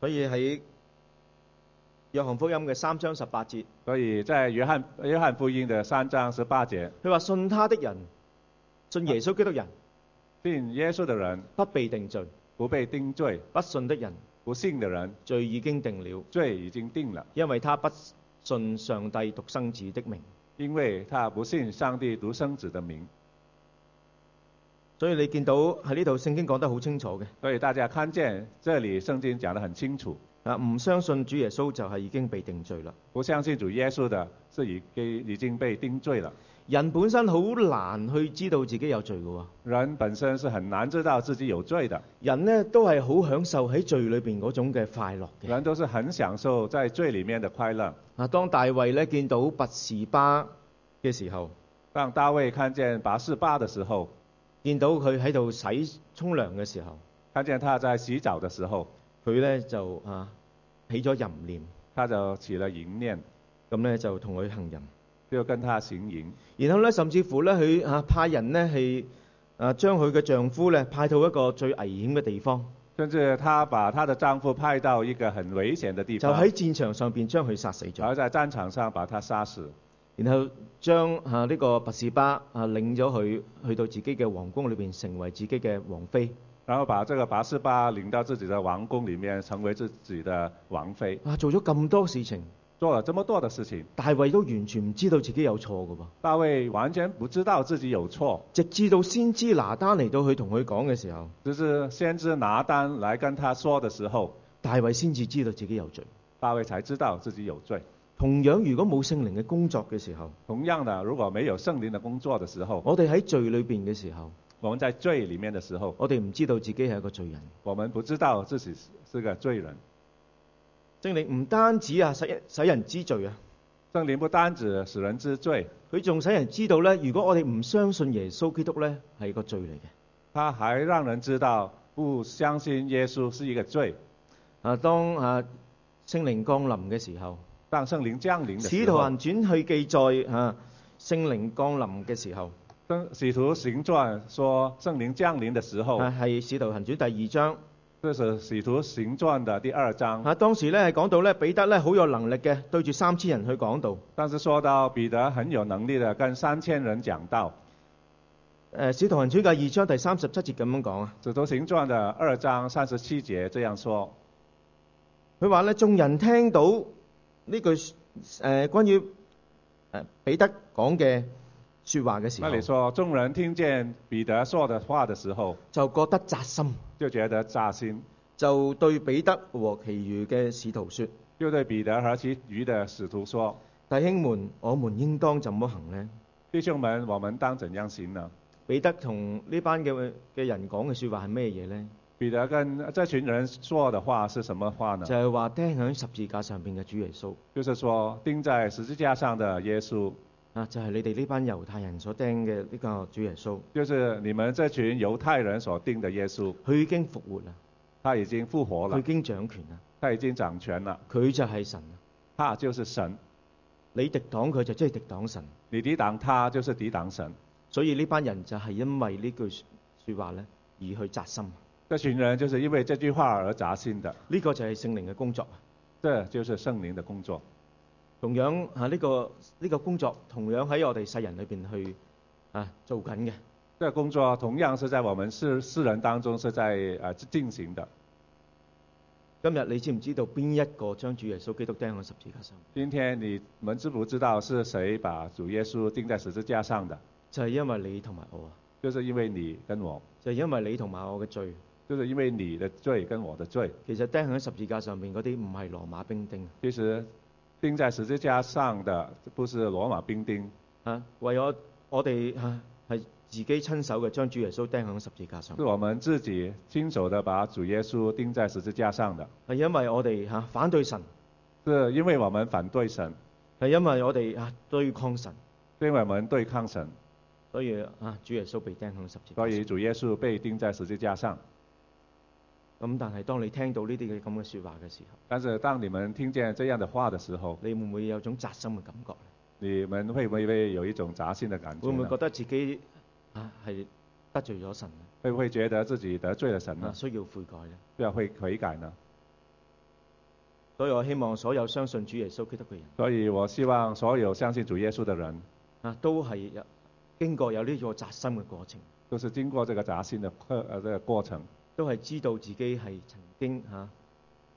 [SPEAKER 1] 所以喺約翰福音嘅三章十八節，
[SPEAKER 2] 所以在约翰约翰福音的三章十八节，
[SPEAKER 1] 佢話信他的人，信耶穌基督人
[SPEAKER 2] 信耶稣的人
[SPEAKER 1] 不被定罪，
[SPEAKER 2] 不被定罪，
[SPEAKER 1] 不信的人
[SPEAKER 2] 不信的人
[SPEAKER 1] 罪已經定了，
[SPEAKER 2] 罪已经定了，
[SPEAKER 1] 因為他不信上帝獨生子的名。
[SPEAKER 2] 因为他不信上帝独生子的名。
[SPEAKER 1] 所以你見到喺呢度聖經講得好清楚嘅，
[SPEAKER 2] 所以大家看见这里圣经讲得很清楚，
[SPEAKER 1] 啊唔相信主耶穌就係已經被定罪啦。
[SPEAKER 2] 不相信主耶稣的是已经已经被定罪了。
[SPEAKER 1] 人本身好難去知道自己有罪嘅喎，
[SPEAKER 2] 人本身是很难知道自己有罪的，
[SPEAKER 1] 人呢都係好享受喺罪裏邊嗰種嘅快樂嘅。
[SPEAKER 2] 人都是很享受在罪里面的快乐。
[SPEAKER 1] 啊，當大衛呢見到拔士巴嘅時候。
[SPEAKER 2] 当大卫看见拔示巴的时候，
[SPEAKER 1] 見到佢喺度洗沖涼嘅時候，
[SPEAKER 2] 看见他在洗澡的时候，
[SPEAKER 1] 佢呢就啊起咗淫念，
[SPEAKER 2] 他就起了淫念，
[SPEAKER 1] 咁咧就同佢行淫。
[SPEAKER 2] 都要跟他行淫，
[SPEAKER 1] 然後咧，甚至乎咧，佢啊派人咧係啊將佢嘅丈夫咧派到一個最危險嘅地方，
[SPEAKER 2] 甚至她把她的丈夫派到一个很危险的地
[SPEAKER 1] 就
[SPEAKER 2] 方，
[SPEAKER 1] 喺戰場上邊將佢殺死
[SPEAKER 2] 然
[SPEAKER 1] 咗
[SPEAKER 2] 后，在战场上把他杀死，
[SPEAKER 1] 然後將啊呢個拔士巴啊領咗佢去到自己嘅皇宮裏邊，成為自己嘅王妃。
[SPEAKER 2] 然后把这个拔示巴领到自己的王宫里面，成为自己的王妃，
[SPEAKER 1] 啊，做咗咁多事情，
[SPEAKER 2] 做了这么多的事情。
[SPEAKER 1] 大衛都完全唔知道自己有錯嘅喎，
[SPEAKER 2] 大卫完全不知道自己有错，
[SPEAKER 1] 直至到先知拿單嚟到佢同佢講嘅時候，
[SPEAKER 2] 只是先知拿单来跟他说的时候，
[SPEAKER 1] 大衛先至知道自己有罪。
[SPEAKER 2] 大卫才知道自己有罪。
[SPEAKER 1] 同樣，如果冇聖靈嘅工作嘅時候，
[SPEAKER 2] 同样的，如果没有圣灵的工作的时候，
[SPEAKER 1] 我哋喺罪裏邊嘅時候，
[SPEAKER 2] 我们在罪里面的时候，
[SPEAKER 1] 我哋唔知道自己係一個罪人。
[SPEAKER 2] 我们不知道自己是是个罪人。
[SPEAKER 1] 聖靈唔單止啊使使人知罪啊，
[SPEAKER 2] 圣灵不单指使人知罪，
[SPEAKER 1] 佢仲使人知道咧，如果我哋唔相信耶穌基督咧，係個罪嚟嘅。
[SPEAKER 2] 他还让人知道不相信耶稣是一个罪。
[SPEAKER 1] 啊，當啊聖靈降臨嘅時候，
[SPEAKER 2] 当圣灵降临的
[SPEAKER 1] 使
[SPEAKER 2] 时
[SPEAKER 1] 徒
[SPEAKER 2] 候，
[SPEAKER 1] 行傳去記載啊聖靈降臨嘅時候，
[SPEAKER 2] 圣使徒行传说圣灵降临的时候，
[SPEAKER 1] 啊係使徒行傳第二章
[SPEAKER 2] 这是使徒行传的第二章。
[SPEAKER 1] 啊，當時咧係講到咧彼得咧好有能力嘅，對住三千人去講道。
[SPEAKER 2] 但是说到彼得很有能力的跟三千人讲道，
[SPEAKER 1] 誒使徒行傳嘅二章第三十七節咁樣講啊，
[SPEAKER 2] 使徒行传的二章三十七节这样说。
[SPEAKER 1] 佢話咧眾人聽到呢句誒、關於誒、呃彼得講嘅説話嘅時
[SPEAKER 2] 那
[SPEAKER 1] 候
[SPEAKER 2] 你。说众人听见彼得说的话的时候，
[SPEAKER 1] 就覺得扎心，
[SPEAKER 2] 就觉得扎心，
[SPEAKER 1] 就對彼得和其餘嘅使徒說：
[SPEAKER 2] 就对彼得和其余的使徒说
[SPEAKER 1] 弟兄們，我們應當怎麼行呢？：“
[SPEAKER 2] 弟兄们，我们当怎样行呢
[SPEAKER 1] 彼得同呢班嘅嘅人講嘅説話係咩嘢呢？？”
[SPEAKER 2] 彼得跟这群人说的话是什么话呢
[SPEAKER 1] 就？係話釘喺十字架上邊嘅主耶穌
[SPEAKER 2] 就是说钉在十字架上的耶稣，
[SPEAKER 1] 啊，就係、你哋呢班猶太人所釘嘅呢個主耶穌，
[SPEAKER 2] 就是你们这群猶太人所定的耶穌，
[SPEAKER 1] 佢已經復活啦，
[SPEAKER 2] 他已經復活
[SPEAKER 1] 佢已
[SPEAKER 2] 了，
[SPEAKER 1] 經掌權啦，
[SPEAKER 2] 他已經掌權了，
[SPEAKER 1] 佢就係神啦。
[SPEAKER 2] 他就是神。
[SPEAKER 1] 你敵擋佢就即係敵擋神，
[SPEAKER 2] 你抵擋他就是抵擋神。
[SPEAKER 1] 所以呢班人就係因為呢句説話呢而去扎心。呢、
[SPEAKER 2] 這群人就是因為這句話而扎心的，
[SPEAKER 1] 個就係聖靈嘅工作。
[SPEAKER 2] 這就是聖靈的工作。
[SPEAKER 1] 同樣啊，呢、個呢、個工作同樣喺我哋世人裏邊去啊做緊嘅。
[SPEAKER 2] 這工作同樣是在我們世世人當中是在呃進行的。
[SPEAKER 1] 今日你知唔知道邊一個將主耶穌基督釘喺十字架上？
[SPEAKER 2] 今天你們知不知道是誰把主耶穌釘在十字架上的？
[SPEAKER 1] 就係、因為你同埋我啊，
[SPEAKER 2] 就是因為你跟我，
[SPEAKER 1] 就係、因為你同埋我嘅罪。
[SPEAKER 2] 就是因為你的罪跟我的罪。
[SPEAKER 1] 其實釘喺十字架上面嗰啲唔係羅馬兵丁
[SPEAKER 2] 其實釘在十字架上的不是羅馬兵丁，
[SPEAKER 1] 啊，為我我哋啊係自己親手嘅將主耶穌釘喺十字架上
[SPEAKER 2] 是，我們自己親手的把主耶穌釘在十字架上的，
[SPEAKER 1] 係因為我哋嚇、啊反對神，
[SPEAKER 2] 是因為我們反對神，
[SPEAKER 1] 係因為我哋啊對抗神，
[SPEAKER 2] 是因為我們對抗神，
[SPEAKER 1] 所以啊主耶穌被釘喺十字架
[SPEAKER 2] 所
[SPEAKER 1] 上。
[SPEAKER 2] 以主耶穌被釘在十字架上。
[SPEAKER 1] 咁但係當你聽到呢啲嘅咁嘅説話嘅時候，
[SPEAKER 2] 但是當你們聽見這樣的話的時候，
[SPEAKER 1] 你會唔會有種扎心嘅感覺咧？
[SPEAKER 2] 你們會不會有一種扎心的感覺
[SPEAKER 1] 會唔
[SPEAKER 2] 呢
[SPEAKER 1] 會覺得自己啊係得罪咗神咧？
[SPEAKER 2] 會不會覺得自己得罪了神
[SPEAKER 1] 啊，
[SPEAKER 2] 呢？
[SPEAKER 1] 需要悔改咧？
[SPEAKER 2] 要會悔改呢？
[SPEAKER 1] 所以我希望所有相信主耶穌基督嘅人
[SPEAKER 2] 所以我希望所有相信主耶穌的人，
[SPEAKER 1] 啊，都係有經過有呢個扎心嘅過程，
[SPEAKER 2] 都是經過這個扎心的過呃這個過程，
[SPEAKER 1] 都係知道自己係曾經嚇、啊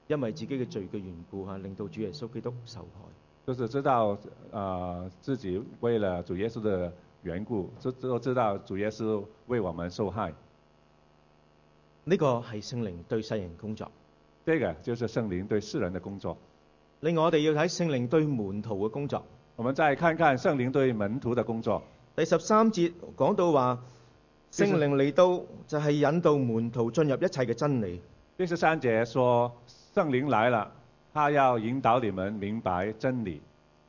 [SPEAKER 1] 因為自己嘅罪嘅緣故嚇、啊令到主耶穌基督受害。
[SPEAKER 2] 就是知道呃自己為了主耶穌的緣故，都都知道主耶穌為我們受害。
[SPEAKER 1] 呢個係聖靈對世人工作。
[SPEAKER 2] 这个就是圣灵对世人的工作。
[SPEAKER 1] 另外我哋要睇聖靈對門徒嘅工作。
[SPEAKER 2] 我们再看看圣灵对门徒的工作。
[SPEAKER 1] 第十三節講到話，
[SPEAKER 2] 其
[SPEAKER 1] 聖
[SPEAKER 2] 實
[SPEAKER 1] 靈嚟到就係引導門徒進入一切嘅真理。
[SPEAKER 2] 第十三节说，圣灵来了，他要引导你们明白真理。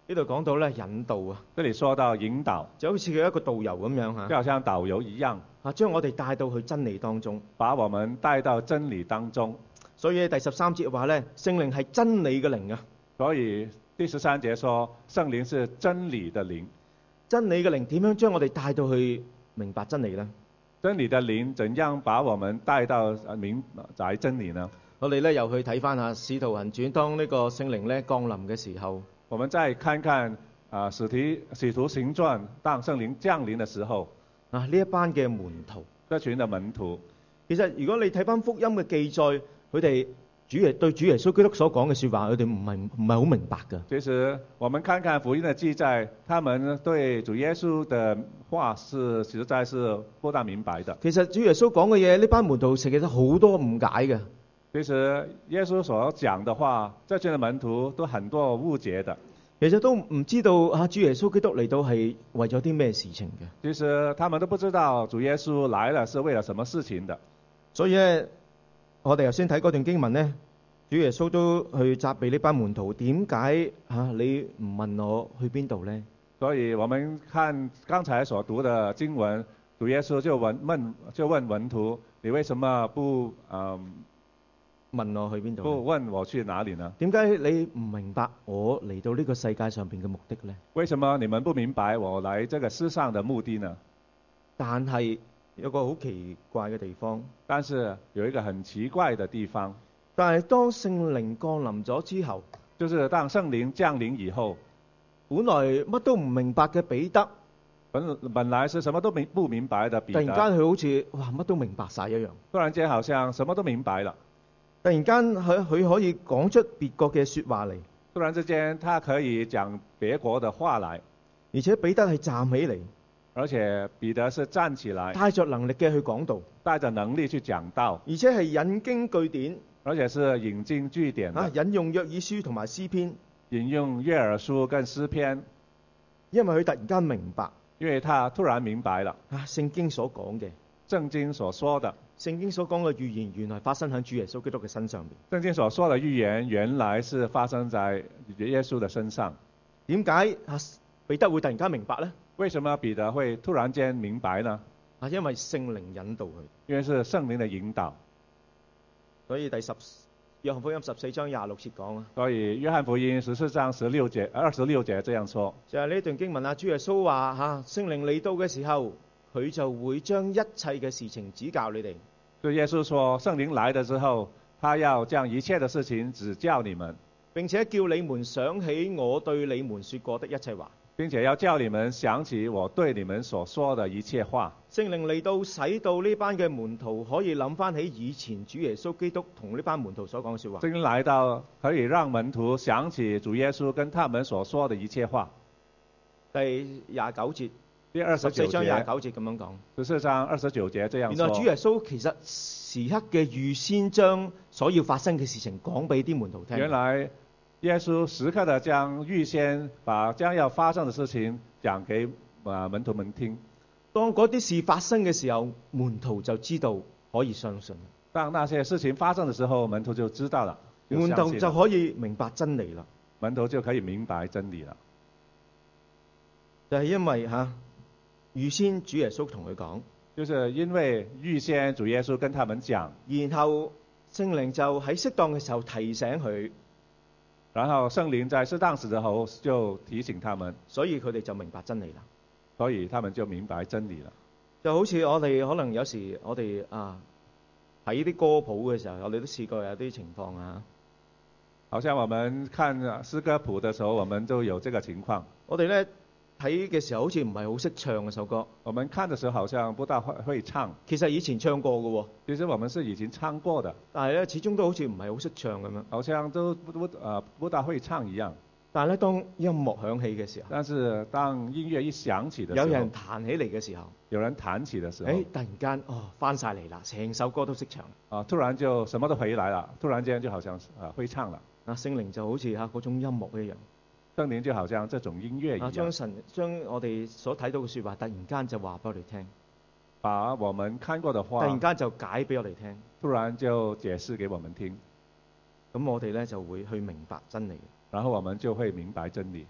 [SPEAKER 1] 呢度講到咧引導啊，
[SPEAKER 2] 这里说到引导，
[SPEAKER 1] 就好似佢一個導遊咁樣
[SPEAKER 2] 就
[SPEAKER 1] 嚇，
[SPEAKER 2] 好像导游一样，
[SPEAKER 1] 啊將我哋帶到去真理當中。
[SPEAKER 2] 把我们带到真理当中。
[SPEAKER 1] 所以第十三節話咧，聖靈係真理嘅靈啊，
[SPEAKER 2] 所以第十三节说，圣灵是真理的灵，
[SPEAKER 1] 真理嘅靈點樣將我哋帶到去明白真理呢？
[SPEAKER 2] 真理的灵怎样把我们带到呃明白真理呢？
[SPEAKER 1] 我哋咧又去睇翻下《使徒行傳》，當呢個聖靈咧降臨嘅時候，
[SPEAKER 2] 我们再看看啊、呃使徒使徒行传》，当圣灵降临的时候，
[SPEAKER 1] 啊呢一班嘅門徒，
[SPEAKER 2] 这群的门徒，
[SPEAKER 1] 其實如果你睇翻福音嘅記載，佢哋主耶對主耶穌基督所講嘅説話，佢哋唔係唔係好明白㗎。
[SPEAKER 2] 其实我们看看福音的记载，他们对主耶稣的话是实在是不大明白的。
[SPEAKER 1] 其實主耶穌講嘅嘢，呢班門徒其實好多誤解嘅。
[SPEAKER 2] 其实耶稣所讲的话，这群的门徒都很多误解的。
[SPEAKER 1] 其實都唔知道啊，主耶穌基督嚟到係為咗啲咩事情嘅，
[SPEAKER 2] 其实他们都不知道主耶稣来了是为了什么事情的。
[SPEAKER 1] 所以咧，我哋頭先睇嗰段經文咧，主耶穌都去責備呢班門徒，點解嚇你唔問我去邊度咧？
[SPEAKER 2] 所以我们看刚才所读的经文，主耶稣就问问就问门徒：“你为什么不嗯
[SPEAKER 1] 問我去邊度
[SPEAKER 2] 不
[SPEAKER 1] 呢？
[SPEAKER 2] 问我去哪里呢？
[SPEAKER 1] 點解你唔明白我嚟到呢個世界上邊嘅目的咧？
[SPEAKER 2] 为什么你们不明白我来这个世上的目的呢
[SPEAKER 1] 但係有個好奇怪嘅地方，？”
[SPEAKER 2] 但是有一个很奇怪的地方，
[SPEAKER 1] 但係當聖靈降臨咗之後，
[SPEAKER 2] 就是当圣灵降临以后，
[SPEAKER 1] 本來乜都唔明白嘅彼得，
[SPEAKER 2] 本本来是什么都明不明白的彼
[SPEAKER 1] 突然
[SPEAKER 2] 得，
[SPEAKER 1] 間佢好似哇乜都明白晒一樣。
[SPEAKER 2] 突然间好像什么都明白了。
[SPEAKER 1] 突然間佢佢可以講出別國嘅説話嚟，
[SPEAKER 2] 突然之间，他可以讲别国的话来，
[SPEAKER 1] 而且彼得係站起嚟，
[SPEAKER 2] 而且彼得是站起来，
[SPEAKER 1] 帶着能力嘅去講道，
[SPEAKER 2] 带着能力去讲道，
[SPEAKER 1] 而且係引經據典
[SPEAKER 2] 而且是引经据典
[SPEAKER 1] 啊
[SPEAKER 2] 的，
[SPEAKER 1] 引用約珥書同埋詩篇，
[SPEAKER 2] 引用约珥书跟诗篇，
[SPEAKER 1] 因為佢突然間明白
[SPEAKER 2] 因为他突然明白了
[SPEAKER 1] 啊聖經所講嘅
[SPEAKER 2] 圣经所说的，
[SPEAKER 1] 聖經所講嘅預言原來發生喺主耶穌基督嘅身上面。
[SPEAKER 2] 圣经所说的预言原来是发生在耶稣的身上。
[SPEAKER 1] 點解啊彼得會突然間明白呢？
[SPEAKER 2] 为什么彼得会突然间明白呢？
[SPEAKER 1] 啊，因為聖靈引導佢。
[SPEAKER 2] 因为是圣灵的引导。
[SPEAKER 1] 所以第十約翰福音十四章廿六節講啊，
[SPEAKER 2] 所以约翰福音十四章十六节、二十六节这样说。
[SPEAKER 1] 就係呢段經文啊，主耶穌話嚇聖靈嚟到嘅時候，佢就會將一切嘅事情指教你哋。
[SPEAKER 2] 就耶稣说，圣灵来的时候，他要将一切的事情指教你们，
[SPEAKER 1] 並且叫你們想起我對你們說過的一切話。
[SPEAKER 2] 并且要叫你们想起我对你们所说的一切话。
[SPEAKER 1] 聖靈嚟到，使到呢班嘅門徒可以諗翻起以前主耶穌基督同呢班門徒所講嘅説話。
[SPEAKER 2] 圣灵来到，可以让门徒想起主耶稣跟他们所说的一切话。
[SPEAKER 1] 第廿九節，
[SPEAKER 2] 第二十
[SPEAKER 1] 十
[SPEAKER 2] 九
[SPEAKER 1] 四章廿
[SPEAKER 2] 节，
[SPEAKER 1] 九節咁樣講。
[SPEAKER 2] 十四章二十九节这样
[SPEAKER 1] 原來主
[SPEAKER 2] 说。
[SPEAKER 1] 耶穌其實時刻嘅預先將所要發生嘅事情講俾啲門徒聽。
[SPEAKER 2] 原來耶穌时刻的将预先把将要发生的事情讲给啊门徒们听。
[SPEAKER 1] 當嗰啲事發生嘅時候，門徒就知道可以相信，
[SPEAKER 2] 当那些事情发生的时候，门徒就知道了，就
[SPEAKER 1] 門
[SPEAKER 2] 相
[SPEAKER 1] 徒
[SPEAKER 2] 信
[SPEAKER 1] 就
[SPEAKER 2] 了
[SPEAKER 1] 可以明白真理啦。
[SPEAKER 2] 门徒就可以明白真理了。
[SPEAKER 1] 就係、因為嚇、預先主耶穌同佢講。
[SPEAKER 2] 就是因为预先主耶稣跟他们讲，
[SPEAKER 1] 然後聖靈就喺適當嘅時候提醒佢，
[SPEAKER 2] 然后圣灵在适当时候就提醒他们，
[SPEAKER 1] 所以佢哋就明白真理啦。
[SPEAKER 2] 所以他们就明白真理了。
[SPEAKER 1] 就好似我哋可能有時我哋啊睇啲歌譜嘅時候，我哋都試過有啲情況啊。
[SPEAKER 2] 好像我们看诗歌谱的时候，我们都有这个情况。
[SPEAKER 1] 我哋咧睇嘅時候好似唔係好識唱嗰首歌，
[SPEAKER 2] 我们看的时候好像不大会会唱，
[SPEAKER 1] 其實以前唱過嘅喎，
[SPEAKER 2] 其实我们是已经唱过的，
[SPEAKER 1] 但係咧始終都好似唔係好識唱咁樣。
[SPEAKER 2] 好像都不不呃不大会唱一样。
[SPEAKER 1] 但係咧當音樂響起嘅時候，
[SPEAKER 2] 但是当音乐一响起的时
[SPEAKER 1] 有
[SPEAKER 2] 候，
[SPEAKER 1] 人彈起嚟嘅時候，
[SPEAKER 2] 有人弹起的时
[SPEAKER 1] 誒、
[SPEAKER 2] 候，
[SPEAKER 1] 突然間哦翻晒嚟啦，成首歌都識唱。
[SPEAKER 2] 啊，突然就什么都回来了，突然间就好像啊会唱了，
[SPEAKER 1] 啊，聖靈就好似嚇嗰種音樂一樣。
[SPEAKER 2] 圣灵就好像这种音乐一
[SPEAKER 1] 啊，
[SPEAKER 2] 样。
[SPEAKER 1] 將神將我哋所睇到嘅説話，突然間就話俾我哋聽，
[SPEAKER 2] 把我们看过的
[SPEAKER 1] 突
[SPEAKER 2] 话，
[SPEAKER 1] 然間就解俾我哋聽，
[SPEAKER 2] 突然就解释给我们听，
[SPEAKER 1] 咁我哋呢就會去明白真理。
[SPEAKER 2] 然后我们就会明白真理。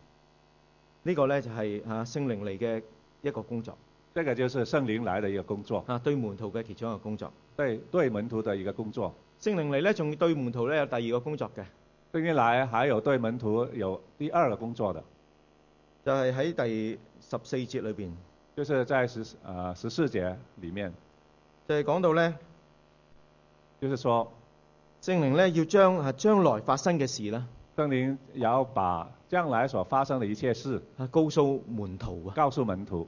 [SPEAKER 1] 呢個呢就係啊聖靈嚟嘅一個工作，
[SPEAKER 2] 这个就是圣灵来的一个工作，
[SPEAKER 1] 啊對門徒嘅其中一個工作。
[SPEAKER 2] 对对门徒的一个工作。
[SPEAKER 1] 聖靈嚟呢仲對門徒呢有第二個工作嘅，
[SPEAKER 2] 对于来还有对门徒有第二个工作的，
[SPEAKER 1] 就係喺第十四節裏邊，
[SPEAKER 2] 就是在十呃十四节里面，
[SPEAKER 1] 就係、講到呢，
[SPEAKER 2] 就是说
[SPEAKER 1] 聖靈呢要將啊將來發生嘅事啦，
[SPEAKER 2] 圣灵要把将来所发生的一切事
[SPEAKER 1] 啊告訴門徒啊，
[SPEAKER 2] 告诉门徒。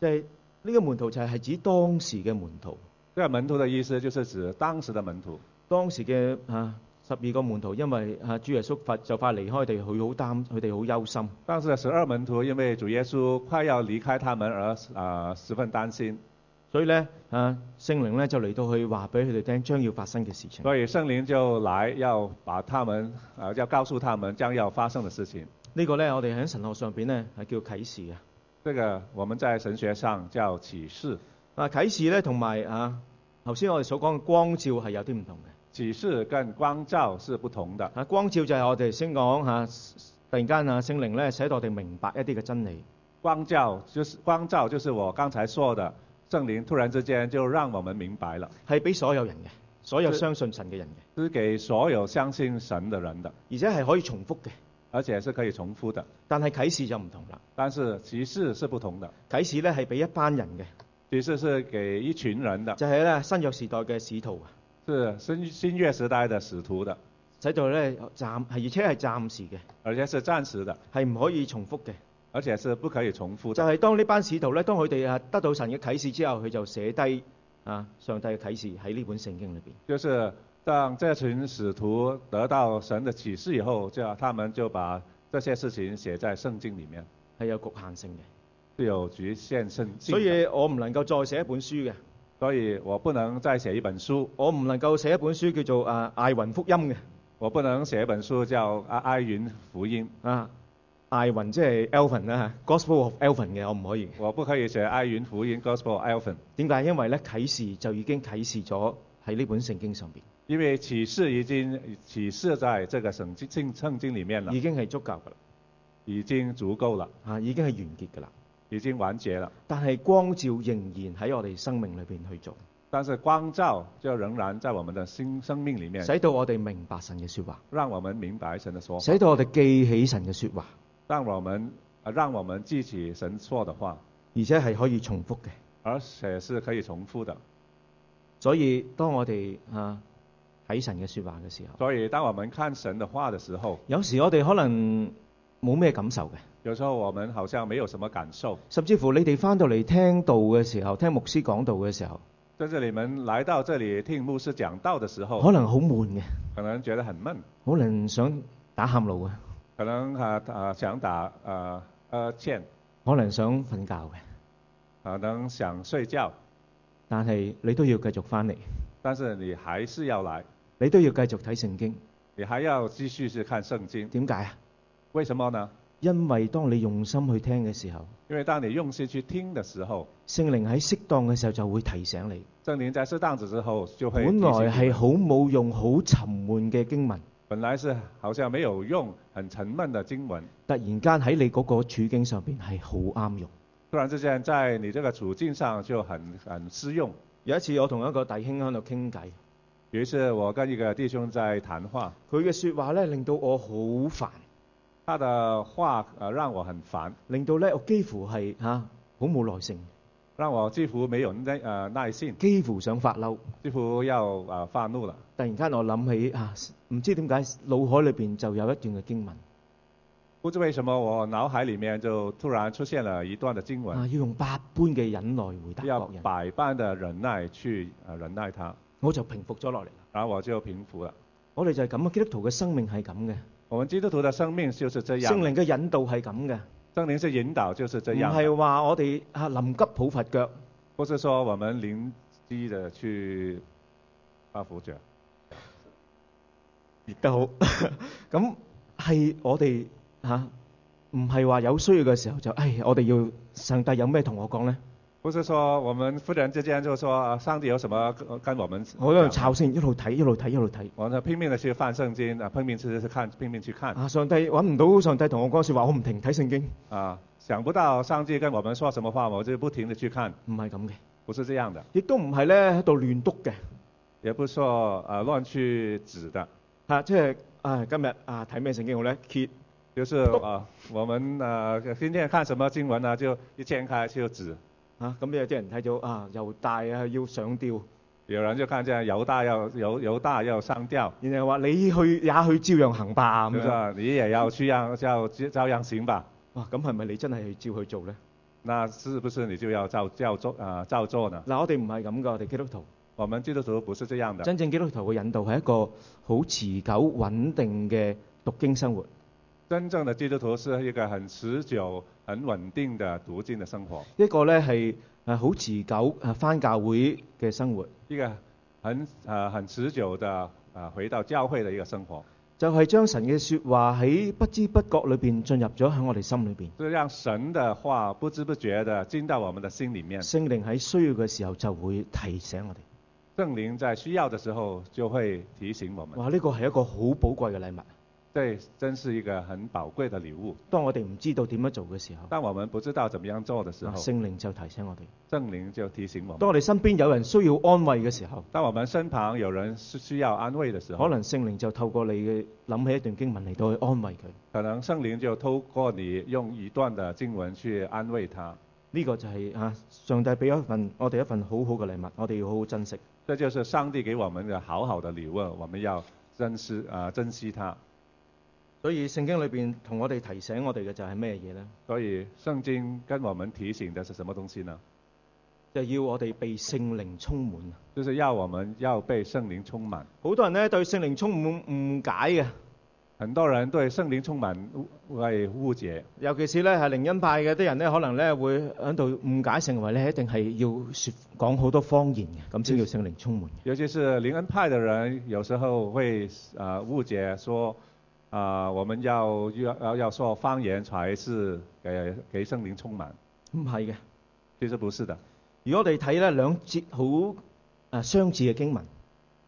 [SPEAKER 1] 就係、呢個門徒就係係指當時嘅門徒，
[SPEAKER 2] 这个门徒的意思就是指当时的门徒，
[SPEAKER 1] 當時嘅啊十二個門徒，因為啊主耶穌快就快離開地，佢好擔，佢哋好憂心。
[SPEAKER 2] 当时的十二门徒因为主耶稣快要离开他们而啊、呃十分担心，
[SPEAKER 1] 所以咧，啊聖靈咧就嚟到去話俾佢哋聽將要發生嘅事情。
[SPEAKER 2] 所以圣灵就来要把他们啊、呃要告诉他们将要发生的事情。
[SPEAKER 1] 呢個咧，我哋喺神學上邊咧係叫啟示嘅。
[SPEAKER 2] 这个我们在神学上叫启示，
[SPEAKER 1] 啊啟示咧同埋啊頭先我哋所講嘅光照係有啲唔同嘅。
[SPEAKER 2] 启示跟光照是不同的。
[SPEAKER 1] 啊光照就係我哋先講嚇、啊突然間啊聖靈咧使到我哋明白一啲嘅真理。
[SPEAKER 2] 光照就是光照，就是我刚才说的，圣灵突然之间就让我们明白了，
[SPEAKER 1] 係俾所有人嘅，所有
[SPEAKER 2] 即
[SPEAKER 1] 相信神嘅人嘅，
[SPEAKER 2] 是给所有相信神的人的，
[SPEAKER 1] 而且係可以重複嘅。
[SPEAKER 2] 而且是可以重复的。
[SPEAKER 1] 但係啟示就唔同啦，
[SPEAKER 2] 但是启示是不同的，
[SPEAKER 1] 啟示咧係俾一班人嘅，
[SPEAKER 2] 启示是给一群人的，
[SPEAKER 1] 就係、咧新約時代嘅使徒啊，
[SPEAKER 2] 是新新月时代的使徒的，
[SPEAKER 1] 使到咧暫係而且係暫時嘅，
[SPEAKER 2] 而且是暂时的，
[SPEAKER 1] 係唔可以重複嘅。
[SPEAKER 2] 而且是不可以重复
[SPEAKER 1] 就
[SPEAKER 2] 的。
[SPEAKER 1] 係當呢班使徒咧，當佢哋啊得到神嘅啟示之後，佢就寫低啊上帝嘅啟示喺呢本聖經裏邊。
[SPEAKER 2] 就是让这群使徒得到神的启示以后，就他们就把这些事情写在圣经里面，
[SPEAKER 1] 係有局限性嘅，
[SPEAKER 2] 是有局限性的。
[SPEAKER 1] 所以我唔能夠再寫一本書嘅，
[SPEAKER 2] 所以我不能再写一本书，
[SPEAKER 1] 我唔能夠寫一本書叫做啊艾雲福音嘅，
[SPEAKER 2] 我不能写一本书叫《阿阿云福音
[SPEAKER 1] 啊艾雲即係 Elvin 啦，Gospel of Elvin 嘅，我唔可以嘅》，。
[SPEAKER 2] 我不可以写《阿云福音 Gospel Alpha》，
[SPEAKER 1] 點解？因為咧啟示就已經啟示咗喺呢本聖經上邊，
[SPEAKER 2] 因为启示已经启示在这个圣经圣圣经里面了，
[SPEAKER 1] 已經係足夠㗎啦，
[SPEAKER 2] 已經足够了，
[SPEAKER 1] 啊已經係完結㗎啦。
[SPEAKER 2] 已经完结了。
[SPEAKER 1] 但係光照仍然喺我哋生命裏邊去做，
[SPEAKER 2] 但是光照就仍然在我们的心生命里面，
[SPEAKER 1] 使到我哋明白神嘅説話。
[SPEAKER 2] 让我们明白神的说法，
[SPEAKER 1] 使到我哋記起神嘅説話，
[SPEAKER 2] 让我们啊让我们记起神说的话，
[SPEAKER 1] 而且係可以重複嘅。
[SPEAKER 2] 而且是可以重复的。
[SPEAKER 1] 所以當我哋啊睇神嘅説話嘅時候，
[SPEAKER 2] 所以当我们看神的话的时候，
[SPEAKER 1] 有時我哋可能冇咩感受嘅，
[SPEAKER 2] 有时候我们好像没有什么感受。
[SPEAKER 1] 甚至乎你哋翻到嚟聽道嘅時候，聽牧師講道嘅時候，
[SPEAKER 2] 但是你们来到这里听牧师讲道的时候
[SPEAKER 1] 可，能好悶嘅，
[SPEAKER 2] 可能觉得很闷，
[SPEAKER 1] 可能想打喊路嘅，
[SPEAKER 2] 可能啊啊想打啊呃欠，
[SPEAKER 1] 可能想瞓覺嘅，
[SPEAKER 2] 可能啊想睡觉，
[SPEAKER 1] 但係你都要繼續翻嚟，
[SPEAKER 2] 但是你还是要来，
[SPEAKER 1] 你都要繼續睇聖經。
[SPEAKER 2] 你还要继续去看圣经。
[SPEAKER 1] 點解啊？
[SPEAKER 2] 为什么呢？
[SPEAKER 1] 因為當你用心去聽嘅時候，
[SPEAKER 2] 因为当你用心去听的时候，
[SPEAKER 1] 聖靈喺適當嘅時候就會提醒你。
[SPEAKER 2] 圣灵在适当子之后就会
[SPEAKER 1] 本來
[SPEAKER 2] 提醒你
[SPEAKER 1] 係好冇用、好沉悶嘅經文，
[SPEAKER 2] 本来是好像没有用、很沉闷的经文，
[SPEAKER 1] 突然間喺你嗰個處境上邊係好啱用。
[SPEAKER 2] 突然之间在你这个处境上就很很适用。
[SPEAKER 1] 有一次我同一個弟兄喺度傾偈，
[SPEAKER 2] 有一次我跟一个弟兄在谈话，
[SPEAKER 1] 佢嘅説話咧令到我好煩，
[SPEAKER 2] 他的话呃让我很烦，
[SPEAKER 1] 令到咧我幾乎係嚇好冇耐性，
[SPEAKER 2] 让我几乎没有耐呃耐性，
[SPEAKER 1] 幾乎想發嬲。
[SPEAKER 2] 几乎要呃发怒了。
[SPEAKER 1] 突然間我諗起啊，唔知點解腦海裏邊就有一段嘅經文
[SPEAKER 2] 不知为什么我脑海里面就突然出现了一段的经文，
[SPEAKER 1] 啊，要用百般嘅忍耐回答
[SPEAKER 2] 要
[SPEAKER 1] 各人，
[SPEAKER 2] 百般的忍耐去呃忍耐他，
[SPEAKER 1] 我就平復咗落嚟啦。
[SPEAKER 2] 然后我就平复了。
[SPEAKER 1] 我哋就係咁啊，基督徒嘅生命係咁嘅，
[SPEAKER 2] 我们基督徒的生命就是这样
[SPEAKER 1] 聖，靈嘅引導係咁嘅。
[SPEAKER 2] 圣灵是引导就是这
[SPEAKER 1] 唔
[SPEAKER 2] 样，
[SPEAKER 1] 係話我哋啊臨急抱佛腳，
[SPEAKER 2] 不是说我们灵机的去呃发福者，
[SPEAKER 1] 亦都好。 咁係我哋嚇，唔係話有需要嘅時候就，唉，我哋要上帝有咩同我講呢？
[SPEAKER 2] 不是说我们夫人之间就说啊上帝有什么跟跟我们讲，
[SPEAKER 1] 我一路抄先，一路睇，一路睇，一路睇。
[SPEAKER 2] 我呢拼命的去翻圣经啊，拼命去看，拼命去看
[SPEAKER 1] 啊，上帝揾唔到上帝同我講説話，我唔停睇聖經，
[SPEAKER 2] 啊，想不到上帝跟我们说什么话，我就不停的去看，
[SPEAKER 1] 唔係咁嘅，
[SPEAKER 2] 不是这样的，
[SPEAKER 1] 亦都唔係呢喺度亂篤嘅
[SPEAKER 2] 也不是说呃乱去指的，
[SPEAKER 1] 嚇，即係啊啊，今日啊睇咩聖經好咧？揭
[SPEAKER 2] 就是啊，我们啊今天看什么经文呢、就一掀开就指，
[SPEAKER 1] 啊，咁有啲人睇到啊，又大啊，要上吊，
[SPEAKER 2] 有人就看见犹大要犹犹大要上吊，
[SPEAKER 1] 然後話你去也去照樣行吧
[SPEAKER 2] 就
[SPEAKER 1] 咁
[SPEAKER 2] 是
[SPEAKER 1] 樣。
[SPEAKER 2] 啊你也要去让照照样行吧。
[SPEAKER 1] 哇，咁係咪你真係去照去做咧？
[SPEAKER 2] 那是不是你就要照照做啊、照做呢？
[SPEAKER 1] 嗱，我哋唔係咁噶，我哋基督徒，
[SPEAKER 2] 我们基督徒不是这样的，
[SPEAKER 1] 真正基督徒嘅引導係一個好持久穩定嘅讀經生活。
[SPEAKER 2] 真正的基督徒是一个很持久、很稳定的读经的生活，
[SPEAKER 1] 一個咧係誒好持久誒翻教會嘅生活，
[SPEAKER 2] 一个很呃很持久的呃回到教会的一个生活，
[SPEAKER 1] 就係、將神嘅説話喺不知不覺裏邊進入咗喺我哋心裏邊。
[SPEAKER 2] 就是让神的话不知不觉的进到我们的心里面，
[SPEAKER 1] 聖靈喺需要嘅時候就會提醒我哋。
[SPEAKER 2] 圣灵在需要的时候就会提醒我们。
[SPEAKER 1] 哇！呢、個係一個好寶貴嘅禮物。
[SPEAKER 2] 这真是一个很宝贵的礼物。
[SPEAKER 1] 當我哋唔知道點樣做嘅時候，
[SPEAKER 2] 当我们不知道怎么样做的时
[SPEAKER 1] 啊
[SPEAKER 2] 候，
[SPEAKER 1] 聖靈就提醒我哋。
[SPEAKER 2] 圣灵就提醒我们
[SPEAKER 1] 當。我哋身邊有人需要安慰嘅時候，
[SPEAKER 2] 当我们身旁有人是需要安慰的时候，
[SPEAKER 1] 可能聖靈就透過你嘅諗起一段經文嚟到去安慰佢。
[SPEAKER 2] 可能圣灵就透过你用一段的经文去安慰他，
[SPEAKER 1] 呢、個就係、啊上帝俾咗一份我哋一份好好嘅禮物，我哋要好好珍惜。
[SPEAKER 2] 这就是上帝给我们的好好的礼物，我们要珍惜啊、珍惜它。
[SPEAKER 1] 所以聖經裏邊同我哋提醒我哋嘅就係咩嘢呢？
[SPEAKER 2] 所以圣经跟我们提醒的是什么东西呢？
[SPEAKER 1] 就要我哋被聖靈充滿。
[SPEAKER 2] 就是要我们要被圣灵充满。
[SPEAKER 1] 好多人呢對聖靈充滿誤解嘅，
[SPEAKER 2] 很多人对圣灵充满误会误解，
[SPEAKER 1] 尤其是呢係靈恩派嘅啲人呢，可能呢會喺度誤解成為呢一定係要説講好多方言嘅，咁先叫嗯聖靈充滿。
[SPEAKER 2] 尤其是灵恩派的人，有时候会啊、呃误解说啊、我们要要要要说方言才是给给圣灵充满，
[SPEAKER 1] 唔係嘅。
[SPEAKER 2] 其实不是的。
[SPEAKER 1] 如果我哋睇呢兩節好啊相似嘅經文，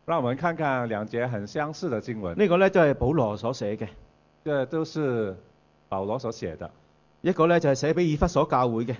[SPEAKER 2] 让我们看看两节很相似的经文，
[SPEAKER 1] 呢個呢都係保羅所寫嘅，
[SPEAKER 2] 这都是保罗所写的，
[SPEAKER 1] 一個呢就係寫俾以弗所教會嘅，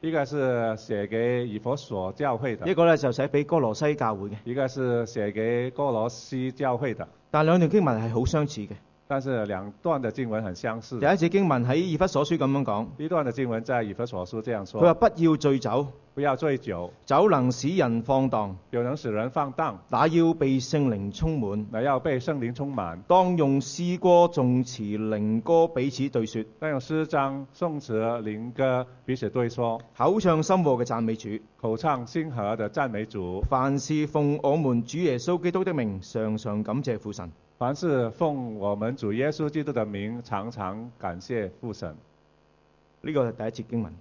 [SPEAKER 2] 一个是写给以佛所教会
[SPEAKER 1] 一
[SPEAKER 2] 的，
[SPEAKER 1] 個呢就寫俾哥羅西教會嘅。
[SPEAKER 2] 一个是写给哥罗西教会的。
[SPEAKER 1] 但兩段經文係好相似嘅。
[SPEAKER 2] 但是两段的经文很相似
[SPEAKER 1] 第一，節經文喺以弗所書咁樣講，
[SPEAKER 2] 一段的经文在以佛所书这样
[SPEAKER 1] 佢話
[SPEAKER 2] 说：
[SPEAKER 1] 不要醉酒，
[SPEAKER 2] 不要醉酒，
[SPEAKER 1] 酒能使人放蕩，
[SPEAKER 2] 有能使人放荡，
[SPEAKER 1] 那要被聖靈充滿。
[SPEAKER 2] 乃要被圣灵充满。
[SPEAKER 1] 當用詩歌、頌詞、靈歌彼此對説，
[SPEAKER 2] 但有诗章、宋词、灵歌彼此对说，
[SPEAKER 1] 口唱心和嘅讚美主。
[SPEAKER 2] 口唱心和的赞美主。
[SPEAKER 1] 凡事奉我們主耶穌基督的名，常常感謝父神。
[SPEAKER 2] 凡是奉我们主耶稣基督的名，常常感谢父神。
[SPEAKER 1] 呢個係第一節經文。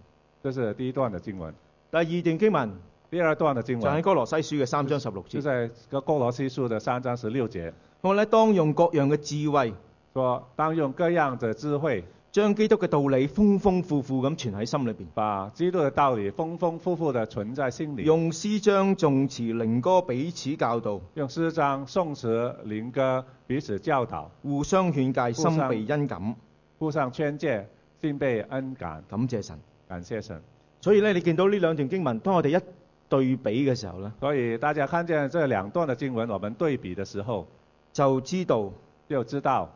[SPEAKER 2] 这是第一段的经文。
[SPEAKER 1] 第二段經文
[SPEAKER 2] 第二段的经
[SPEAKER 1] 就喺
[SPEAKER 2] 文
[SPEAKER 1] 哥羅西書嘅三章十六
[SPEAKER 2] 就
[SPEAKER 1] 節。
[SPEAKER 2] 在哥罗西书的三章十六节，
[SPEAKER 1] 我咧當用各樣嘅智慧，
[SPEAKER 2] 说：当用各样的智慧，
[SPEAKER 1] 將基督嘅道理豐豐富富咁存喺心裏邊，
[SPEAKER 2] 把基督的道理丰丰富富的存在心里，
[SPEAKER 1] 用詩章、頌詞、靈歌彼此教導，
[SPEAKER 2] 用诗章、宋词、灵歌彼此教导，
[SPEAKER 1] 互相勸戒，
[SPEAKER 2] 互相
[SPEAKER 1] 心被恩感，
[SPEAKER 2] 互相劝诫，心被恩感，
[SPEAKER 1] 感謝神。
[SPEAKER 2] 感谢神。
[SPEAKER 1] 所以咧，你見到呢兩段經文，當我哋一對比嘅時候咧，
[SPEAKER 2] 所以大家看见这两段的经文，我们对比的时候，
[SPEAKER 1] 就知道
[SPEAKER 2] 就知道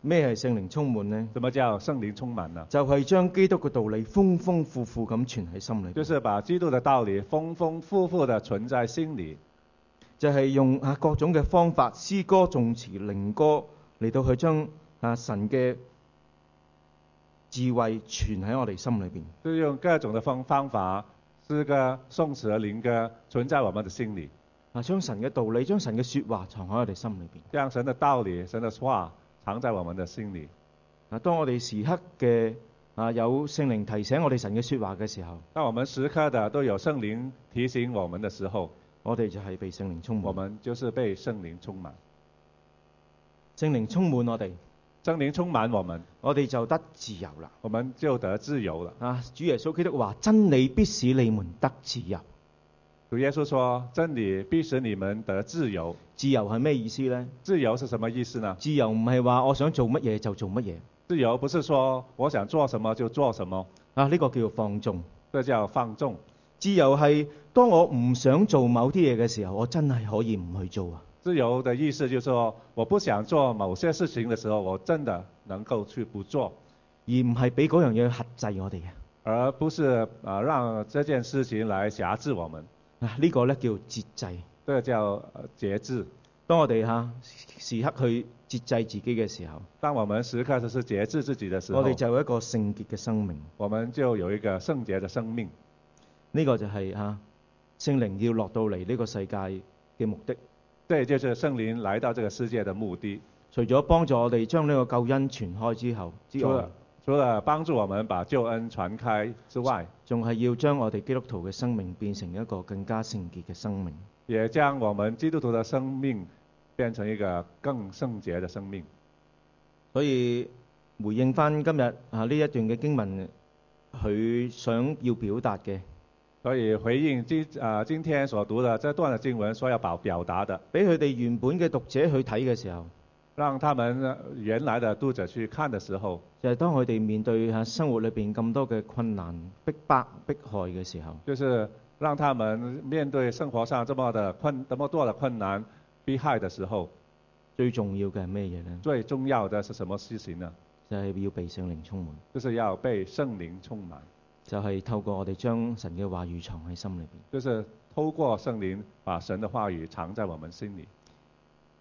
[SPEAKER 1] 咩係聖靈充滿呢？
[SPEAKER 2] 什么叫圣灵充满了。
[SPEAKER 1] 就係、將基督嘅道理豐豐富富咁存喺心裏邊，
[SPEAKER 2] 就是把基督的道理丰丰富富的存在心里，
[SPEAKER 1] 就係用啊各種嘅方法，詩歌、頌詞、靈歌嚟到去將啊神嘅智慧存喺我哋心裏邊。
[SPEAKER 2] 就用各种的方方法，诗歌、颂词、灵歌存在我们的心里，
[SPEAKER 1] 啊，將神嘅道理、將神嘅説話藏喺我哋心裏邊。
[SPEAKER 2] 让神的道理、神的话藏在我们的心里。
[SPEAKER 1] 啊，當我哋時刻嘅啊有聖靈提醒我哋神嘅説話嘅時候，
[SPEAKER 2] 当我们时刻的都有圣灵提醒我们的时候，
[SPEAKER 1] 我哋就係被聖靈充
[SPEAKER 2] 我
[SPEAKER 1] 滿。
[SPEAKER 2] 们就是被圣灵充满。
[SPEAKER 1] 聖靈充滿我哋，
[SPEAKER 2] 圣灵充满我们，
[SPEAKER 1] 我哋就得自由啦。
[SPEAKER 2] 我们就得自由了。
[SPEAKER 1] 啊，主耶穌基督話：真理必使你們得自由。
[SPEAKER 2] 主耶稣说：“真理必使你们得自由。
[SPEAKER 1] 自由係咩意思呢？”
[SPEAKER 2] 自由是什么意思呢？
[SPEAKER 1] 自由唔係話我想做乜嘢就做乜嘢。
[SPEAKER 2] 自由不是说我想做什么就做什么，
[SPEAKER 1] 啊，呢、個叫做放縱。
[SPEAKER 2] 这叫放纵。
[SPEAKER 1] 自由係當我唔想做某啲嘢嘅時候，我真係可以唔去做啊。啊
[SPEAKER 2] 自由是当我不想做某些事情的时候，我真的可以不去做。自由的意思就是说，我不想做某些事情的时候，我真的能够去不做，
[SPEAKER 1] 而唔係俾嗰樣嘢去轄制我哋嘅。
[SPEAKER 2] 而不是呃让这件事情来辖制我们。
[SPEAKER 1] 啊，呢、個咧叫節制。
[SPEAKER 2] 这个叫呃节制。
[SPEAKER 1] 當我哋嚇、啊時刻去節制自己嘅時候，
[SPEAKER 2] 当我们时刻就是节制自己的时候，
[SPEAKER 1] 我哋就有一個聖潔嘅生命。
[SPEAKER 2] 我们就有一个圣洁的生命。
[SPEAKER 1] 呢、個就係、嚇、聖靈要落到嚟呢個世界嘅目的。
[SPEAKER 2] 这也就是圣灵来到这个世界的目的。
[SPEAKER 1] 除咗幫助我哋將呢個救恩傳開之後之
[SPEAKER 2] 除
[SPEAKER 1] 外
[SPEAKER 2] 了，除了帮助我们把救恩传开之外，
[SPEAKER 1] 仲係要將我哋基督徒嘅生命變成一個更加聖潔嘅生命。
[SPEAKER 2] 也将我们基督徒的生命变成一个更圣洁的生命。
[SPEAKER 1] 所以回應翻今日啊呢一段嘅經文，佢想要表達嘅，
[SPEAKER 2] 所以回应今啊、今天所读的这段的经文所要表表达的，
[SPEAKER 1] 俾佢哋原本嘅讀者去睇嘅時候，
[SPEAKER 2] 让他们呃原来的读者去看的时候，
[SPEAKER 1] 就係、當佢哋面對嚇生活裏邊咁多嘅困難、逼迫、迫害嘅時候，
[SPEAKER 2] 就是让他们面对生活上这么的困这么多的困难、逼害的时候，
[SPEAKER 1] 最重要嘅係咩嘢呢？
[SPEAKER 2] 最重要的是什么事情呢？
[SPEAKER 1] 就係、要被聖靈充滿，
[SPEAKER 2] 就是要被圣灵充满，
[SPEAKER 1] 就係、透過我哋將神嘅話語藏喺心裏邊，
[SPEAKER 2] 就是透过圣灵把神的话语藏在我们心里，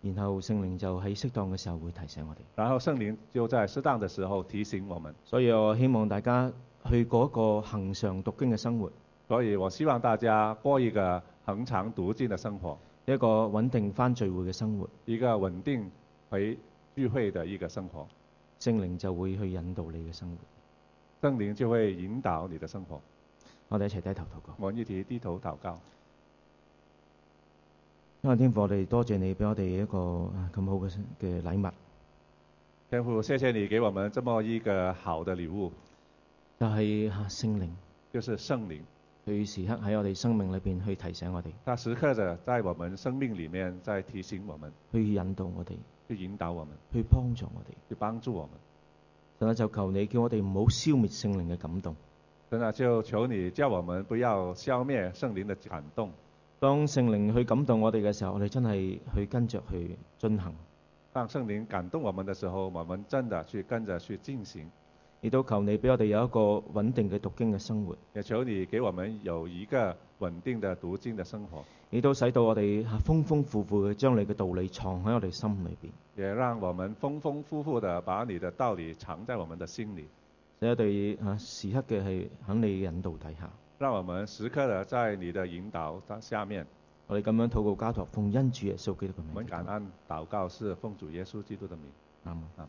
[SPEAKER 1] 然後聖靈就喺適當嘅時候會提醒我哋。
[SPEAKER 2] 然后圣灵就在适当的时候提醒我们。
[SPEAKER 1] 所以我希望大家去過一個恒常讀經嘅生活，
[SPEAKER 2] 所以我希望大家过一个恒常读经的生活，
[SPEAKER 1] 一個穩定翻聚會嘅生活，
[SPEAKER 2] 一个稳定回聚会的一个生活，
[SPEAKER 1] 聖靈就會去引導你嘅生活。
[SPEAKER 2] 圣灵就会引导你的生活。
[SPEAKER 1] 我哋一齊低頭禱告。
[SPEAKER 2] 我们一起低头祷告，
[SPEAKER 1] 因為天父，我哋多謝你俾我哋一個啊咁好嘅嘅禮物，
[SPEAKER 2] 天父，谢谢你给我们这么一个好的礼物，
[SPEAKER 1] 就係、啊聖靈，
[SPEAKER 2] 就是圣灵，
[SPEAKER 1] 佢時刻喺我哋生命裏邊去提醒我哋，
[SPEAKER 2] 它时刻的在我们生命里面在提醒我们，
[SPEAKER 1] 去引導我哋，
[SPEAKER 2] 去引导我们，
[SPEAKER 1] 去幫助我哋。
[SPEAKER 2] 去帮助我们。
[SPEAKER 1] 神啊，就求你叫我哋唔好消滅聖靈嘅感動。
[SPEAKER 2] 真的啊就求你叫我们不要消灭圣灵的感动。
[SPEAKER 1] 當聖靈去感動我哋嘅時候，我哋真係去跟着去進行。
[SPEAKER 2] 当圣灵感动我们的时候，我们真的去跟着去进行。
[SPEAKER 1] 亦都求你俾我哋有一個穩定嘅讀經嘅生活，
[SPEAKER 2] 也求你给我们有一个稳定的读经的生活，
[SPEAKER 1] 亦都使到我哋啊豐豐富富嘅將你嘅道理藏喺我哋心裏邊，
[SPEAKER 2] 也让我们丰丰富富的把你的道理藏在我们的心里，
[SPEAKER 1] 使我哋啊時刻嘅係喺你嘅引導底下。
[SPEAKER 2] 让我们时刻的在你的引导的下面。
[SPEAKER 1] 我哋咁樣禱告交託，奉恩主耶穌基督嘅
[SPEAKER 2] 我们
[SPEAKER 1] 名。
[SPEAKER 2] 感恩祷告是奉主耶稣基督的名。
[SPEAKER 1] 啱。
[SPEAKER 2] 啊